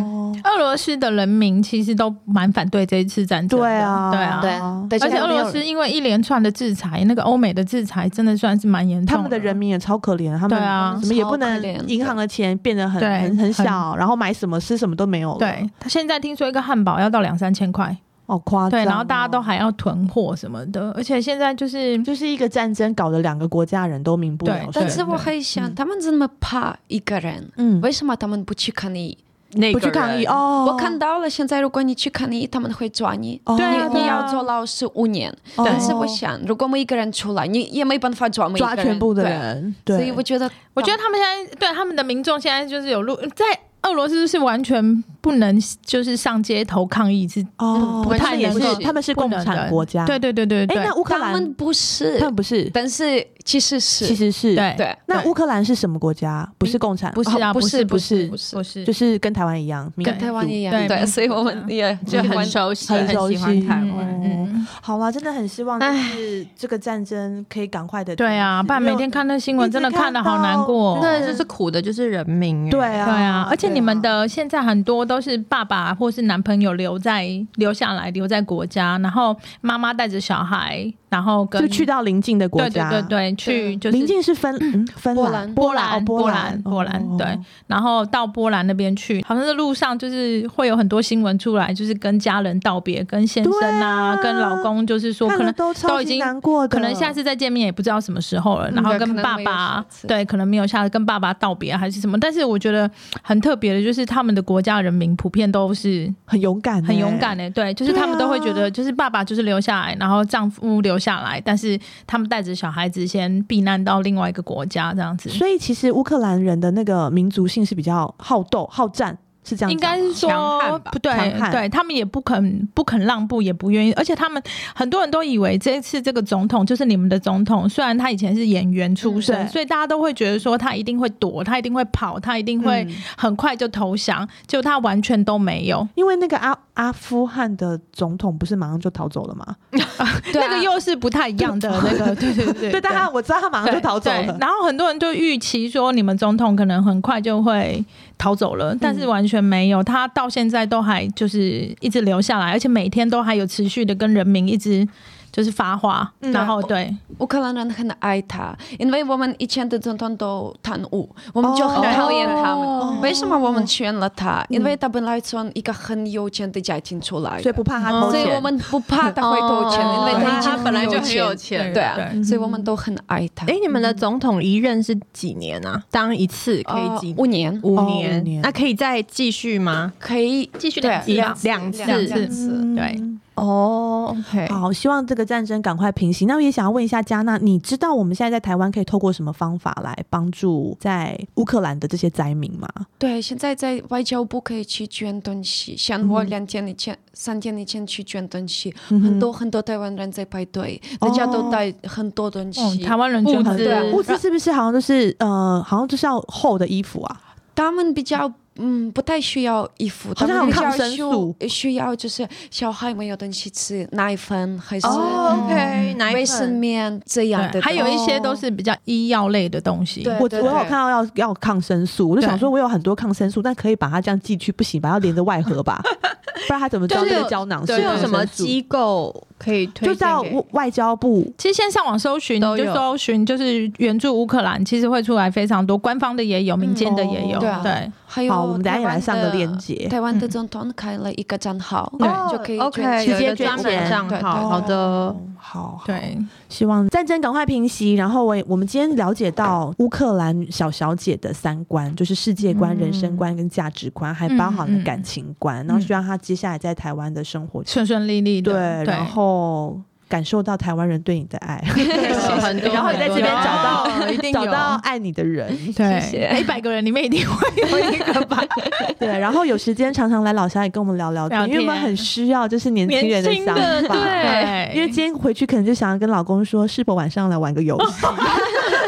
Speaker 4: 俄罗斯的人民其实都蛮反对这一次战争的，
Speaker 1: 对啊，
Speaker 4: 对啊，
Speaker 1: 啊
Speaker 3: 对
Speaker 4: 而且俄罗斯因为一连串的制裁，那个欧美的制裁真的算是蛮严重
Speaker 1: 他们的人民也超可怜，他们
Speaker 4: 对啊
Speaker 1: 什么也不
Speaker 3: 超可怜
Speaker 1: 能，
Speaker 3: 的
Speaker 1: 银行的钱变得很
Speaker 4: 对
Speaker 1: 很很
Speaker 4: 很
Speaker 1: 小，然后买什么吃什么都没有了，
Speaker 4: 对，他现在听说一个汉堡要到两三千块，
Speaker 1: 好夸张哦。
Speaker 4: 对，然后大家都还要囤货什么的，而且现在就是
Speaker 1: 就是一个战争搞得两个国家人都民不聊
Speaker 4: 对
Speaker 1: 生
Speaker 3: 但，是我还想，他们怎么怕一个人？
Speaker 1: 嗯，
Speaker 3: 为什么他们不去抗议？
Speaker 5: 那
Speaker 1: 不
Speaker 5: 个
Speaker 1: 去抗议
Speaker 5: 人
Speaker 1: 哦，
Speaker 3: 我看到了，现在如果你去抗议，他们会抓你，
Speaker 1: 哦对啊
Speaker 3: 你
Speaker 1: 对
Speaker 3: 你
Speaker 1: 啊
Speaker 3: 要坐牢十五年。
Speaker 1: 哦
Speaker 3: 但是我想，如果我一个人出来，你也没办法抓每一个
Speaker 1: 抓
Speaker 3: 人
Speaker 1: 全部的
Speaker 3: 对
Speaker 1: 人，
Speaker 3: 所
Speaker 1: 对
Speaker 3: 以我，觉得，
Speaker 4: 我觉得他们现在对他们的民众现在就是有路在。俄罗斯是完全不能，就是上街头抗议，是
Speaker 1: 哦，
Speaker 4: 嗯不
Speaker 1: 他
Speaker 4: 太
Speaker 1: 们也
Speaker 4: 能够
Speaker 1: 是，他们是
Speaker 4: 不
Speaker 1: 共
Speaker 4: 能
Speaker 1: 产
Speaker 4: 的
Speaker 1: 国家，
Speaker 4: 对对对对
Speaker 1: 哎，
Speaker 4: 对。
Speaker 1: 那乌克
Speaker 3: 他
Speaker 1: 兰
Speaker 3: 们不是
Speaker 1: 他，们不是，
Speaker 3: 但是其实是
Speaker 1: 其实是
Speaker 4: 对
Speaker 3: 对。
Speaker 1: 那
Speaker 4: 对
Speaker 1: 乌克兰是什么国家？不是共产，
Speaker 4: 不是啊，
Speaker 3: 哦不
Speaker 4: 是
Speaker 3: 是
Speaker 4: 不
Speaker 3: 不
Speaker 4: 不
Speaker 3: 是
Speaker 4: 不是，
Speaker 1: 就是跟台湾一样，民
Speaker 3: 跟台湾
Speaker 1: 主
Speaker 3: 一样，
Speaker 4: 对
Speaker 3: 对，
Speaker 4: 民
Speaker 3: 所以我们
Speaker 4: 主
Speaker 3: 也
Speaker 5: 就
Speaker 3: 喜欢
Speaker 5: 很熟悉，
Speaker 1: 很
Speaker 5: 很
Speaker 1: 熟
Speaker 5: 喜欢
Speaker 1: 悉。
Speaker 5: 台湾。
Speaker 1: 哦
Speaker 4: 嗯，
Speaker 1: 好啦，真的很希望就是这个战争可以赶快的。
Speaker 4: 对啊，不然每天看那新闻，真的看的好难过。
Speaker 1: 对
Speaker 5: 对，就是苦的，就是人民。
Speaker 1: 对
Speaker 5: 哎
Speaker 1: 啊，
Speaker 4: 嗯对啊，而且你们
Speaker 1: 对啊
Speaker 4: 的现在很多都是爸爸或是男朋友留在留下来，留在国家，然后妈妈带着小孩，然后跟
Speaker 1: 就去到邻近的国
Speaker 4: 对
Speaker 1: 家，
Speaker 4: 对对对，去就是
Speaker 1: 邻近是芬嗯芬
Speaker 3: 波
Speaker 1: 兰、
Speaker 3: 兰
Speaker 1: 波哦
Speaker 4: 波
Speaker 1: 波
Speaker 4: 兰、波兰，
Speaker 1: 哦
Speaker 4: 对，然后到波兰那边去，好像是路上就是会有很多新闻出来，就是跟家人道别，跟先生啊，
Speaker 1: 对啊
Speaker 4: 跟老公，就是说
Speaker 1: 看
Speaker 4: 可
Speaker 1: 了
Speaker 4: 能
Speaker 1: 都超
Speaker 4: 都已
Speaker 1: 级
Speaker 4: 经
Speaker 1: 难过的，
Speaker 4: 可能下次再见面也不知道什么时候了，然后
Speaker 3: 对
Speaker 4: 跟
Speaker 3: 可能
Speaker 4: 爸
Speaker 3: 没有
Speaker 4: 爸
Speaker 3: 下次
Speaker 4: 对，可能没有下次跟爸爸道别还是什么，但是我觉得很特别的就是他们的国家人民普遍都是
Speaker 1: 很勇敢欸，
Speaker 4: 很勇敢的、对，就是
Speaker 1: 对啊
Speaker 4: 他们都会觉得就是爸爸就是留下来，然后丈夫留下来，但是他们带着小孩子先避难到另外一个国家这样子，
Speaker 1: 所以其实乌克兰人的那个民族性是比较好斗、好战，是这样
Speaker 4: 应
Speaker 1: 讲吗。
Speaker 4: 该是
Speaker 5: 强
Speaker 4: 说
Speaker 5: 悍吧
Speaker 4: 不对
Speaker 1: 强，悍
Speaker 4: 对他们也不肯不肯让步，也不愿意，而且他们很多人都以为这一次这个总统就是你们的总统，虽然他以前是演员出身，
Speaker 1: 对
Speaker 4: 所以大家都会觉得说他一定会躲，他一定会跑，他一定
Speaker 1: 嗯
Speaker 4: 会很快就投降，结果他完全都没有。
Speaker 1: 因为那个阿阿富汗的总统不是马上就逃走了吗？
Speaker 3: 对啊
Speaker 4: 那个又是不太一样的那个，对对对对
Speaker 1: 对，但他我知道他马啊上就逃走
Speaker 4: 对
Speaker 1: 了。
Speaker 4: 然后很多人就预期说，你们总统可能很快就会逃走了，但是完全没有，他到现在都还就是一直留下来，而且每天都还有持续的跟人民一直就是发话，
Speaker 1: 嗯
Speaker 4: 然后对
Speaker 3: 乌克兰人很爱他，因为我们以前的总统都贪污，我们就很讨厌他们。
Speaker 1: 哦
Speaker 3: 为什么我们选了他？因为他本来从一个很有钱的家庭出来的，
Speaker 1: 所以不怕他
Speaker 4: 嗯
Speaker 1: 偷
Speaker 3: 所以
Speaker 1: 钱，
Speaker 3: 我们不怕他会偷钱，因
Speaker 5: 哦
Speaker 3: 为他已经
Speaker 5: 他本来就很
Speaker 3: 很
Speaker 5: 有
Speaker 3: 有
Speaker 5: 钱
Speaker 3: 对
Speaker 4: 对
Speaker 3: 啊，所以我们都很爱他。，
Speaker 5: 你们的总统一任是几年啊？当一次可以几
Speaker 3: 呃五年
Speaker 5: 五
Speaker 1: 哦五
Speaker 5: 年
Speaker 1: 年？
Speaker 5: 那可以再继续吗？
Speaker 3: 可以
Speaker 4: 继续
Speaker 3: 对
Speaker 4: 两
Speaker 3: 啊
Speaker 4: 次吧
Speaker 5: 两两次
Speaker 3: 两
Speaker 4: 次
Speaker 3: 次。
Speaker 4: 对。
Speaker 5: 哦，OK，
Speaker 1: 嗯好，希望这个战争赶快平息。那我也想要问一下加纳，你知道我们现在在台湾可以透过什么方法来帮助在乌克兰的这些灾民吗？
Speaker 3: 对，现在在外交部可以去捐东西，像我两天以前、三天以前去捐东西，
Speaker 1: 嗯
Speaker 3: 很多很多台湾人在排队，大家
Speaker 1: 哦
Speaker 3: 都带很多东西。
Speaker 4: 哦嗯，台湾人捐很
Speaker 5: 物资
Speaker 1: 对啊
Speaker 4: 多，
Speaker 1: 物资是不是好像就是呃，好像就是要厚的衣服啊？
Speaker 3: 他们比较嗯不太需要衣服，
Speaker 1: 好
Speaker 3: 他
Speaker 1: 像
Speaker 3: 们比
Speaker 1: 有
Speaker 3: 较
Speaker 1: 抗生
Speaker 3: 需
Speaker 1: 素
Speaker 3: 需要就是小孩没有东西吃，奶粉还是
Speaker 2: 哦，OK，
Speaker 3: 嗯
Speaker 2: 奶
Speaker 3: 卫生
Speaker 2: 粉
Speaker 3: 棉这样的
Speaker 4: 对，
Speaker 3: 东西，
Speaker 4: 还有一些都是比较医药类的东西。
Speaker 3: 对
Speaker 1: 我我有看到要要抗生素，我就想
Speaker 4: 对
Speaker 1: 说，我有很多抗生素，但可以把它这样寄去，不行吧？要连着外盒 吧，不然他怎么知道
Speaker 2: 就是
Speaker 1: 这
Speaker 2: 有
Speaker 1: 个胶囊
Speaker 2: 是
Speaker 1: 是
Speaker 2: 有
Speaker 1: 抗
Speaker 2: 什么
Speaker 1: 生素
Speaker 2: 机构可以推
Speaker 1: 就
Speaker 2: 荐
Speaker 1: 到
Speaker 2: 给
Speaker 1: 外交部
Speaker 4: 其实先上网搜寻，
Speaker 2: 都
Speaker 4: 你
Speaker 2: 有
Speaker 4: 就搜寻就是援助乌克兰，其实会出来非常多，官方的也有，民间的也有。
Speaker 1: 哦
Speaker 3: 对啊
Speaker 4: 对，
Speaker 3: 还有
Speaker 1: 好我们等下
Speaker 3: 台
Speaker 1: 也来
Speaker 3: 湾
Speaker 1: 上个
Speaker 3: 的
Speaker 1: 链接嗯
Speaker 3: 台湾的总统开了一个账号，
Speaker 1: 对
Speaker 2: 哦
Speaker 3: 就可以
Speaker 2: OK
Speaker 1: 直
Speaker 2: 有一
Speaker 1: 接
Speaker 2: 个
Speaker 1: 捐
Speaker 2: 专
Speaker 1: 钱
Speaker 2: 门账
Speaker 3: 对对
Speaker 2: 号，好 的，
Speaker 1: 哦好，好
Speaker 4: 对，
Speaker 1: 希望战争赶快平息。然后我也我们今天了解到乌克兰小小姐的三观，就是世界
Speaker 2: 嗯
Speaker 1: 观、人生观跟价值观，还包含了感情观。
Speaker 2: 嗯
Speaker 1: 然后希望她接下来在台湾的生活，
Speaker 4: 顺顺利利的。
Speaker 1: 对，然后感受到台湾人对你的 爱，
Speaker 2: 很多
Speaker 1: 然后你在这边找到
Speaker 4: 有一定有
Speaker 1: 找到爱你的 人。
Speaker 4: 对，一百个人里面一定会有一个吧。
Speaker 1: 对，然后有时间常常来老乡也跟我们聊聊天，
Speaker 4: 聊
Speaker 1: 因为我们
Speaker 4: 天
Speaker 1: 很需要就是年轻人想法。
Speaker 4: 对，
Speaker 1: 因为今天回去可能就想要跟老公说，是否晚上来玩个游 戏，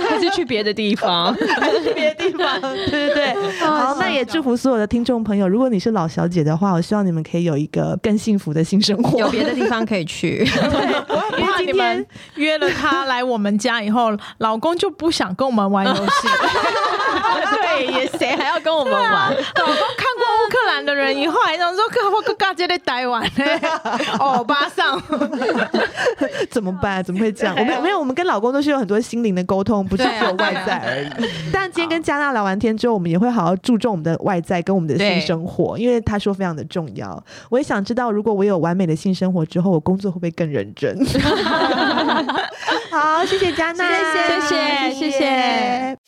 Speaker 5: 还是去别的地方。
Speaker 1: 去别的地方。对对对，好，那也祝福所有的听众朋友，如果你是老小姐的话，我希望你们可以有一个更幸福的新生活。
Speaker 2: 有别的地方可以去。
Speaker 4: 因为你们约了他来我们家以后，老公就不想跟我们玩游戏。
Speaker 5: 对，也谁还要跟我们玩？
Speaker 1: 啊
Speaker 4: 老公看过乌克兰的人以后，还想说：“ 哥，我哥哥在台湾 呢，欧巴桑。
Speaker 1: 怎么办？怎么会这样？我们没有，我们跟老公都是有很多心灵的沟通，不是只有外在而已。但今天跟加纳聊完天之后，我们也会好好注重我们的外在跟我们的性生活，因为他说非常的重要。我也想知道，如果我有完美的性生活之后，我工作会不会更认 真？好，谢谢加纳，
Speaker 4: 谢谢谢谢谢谢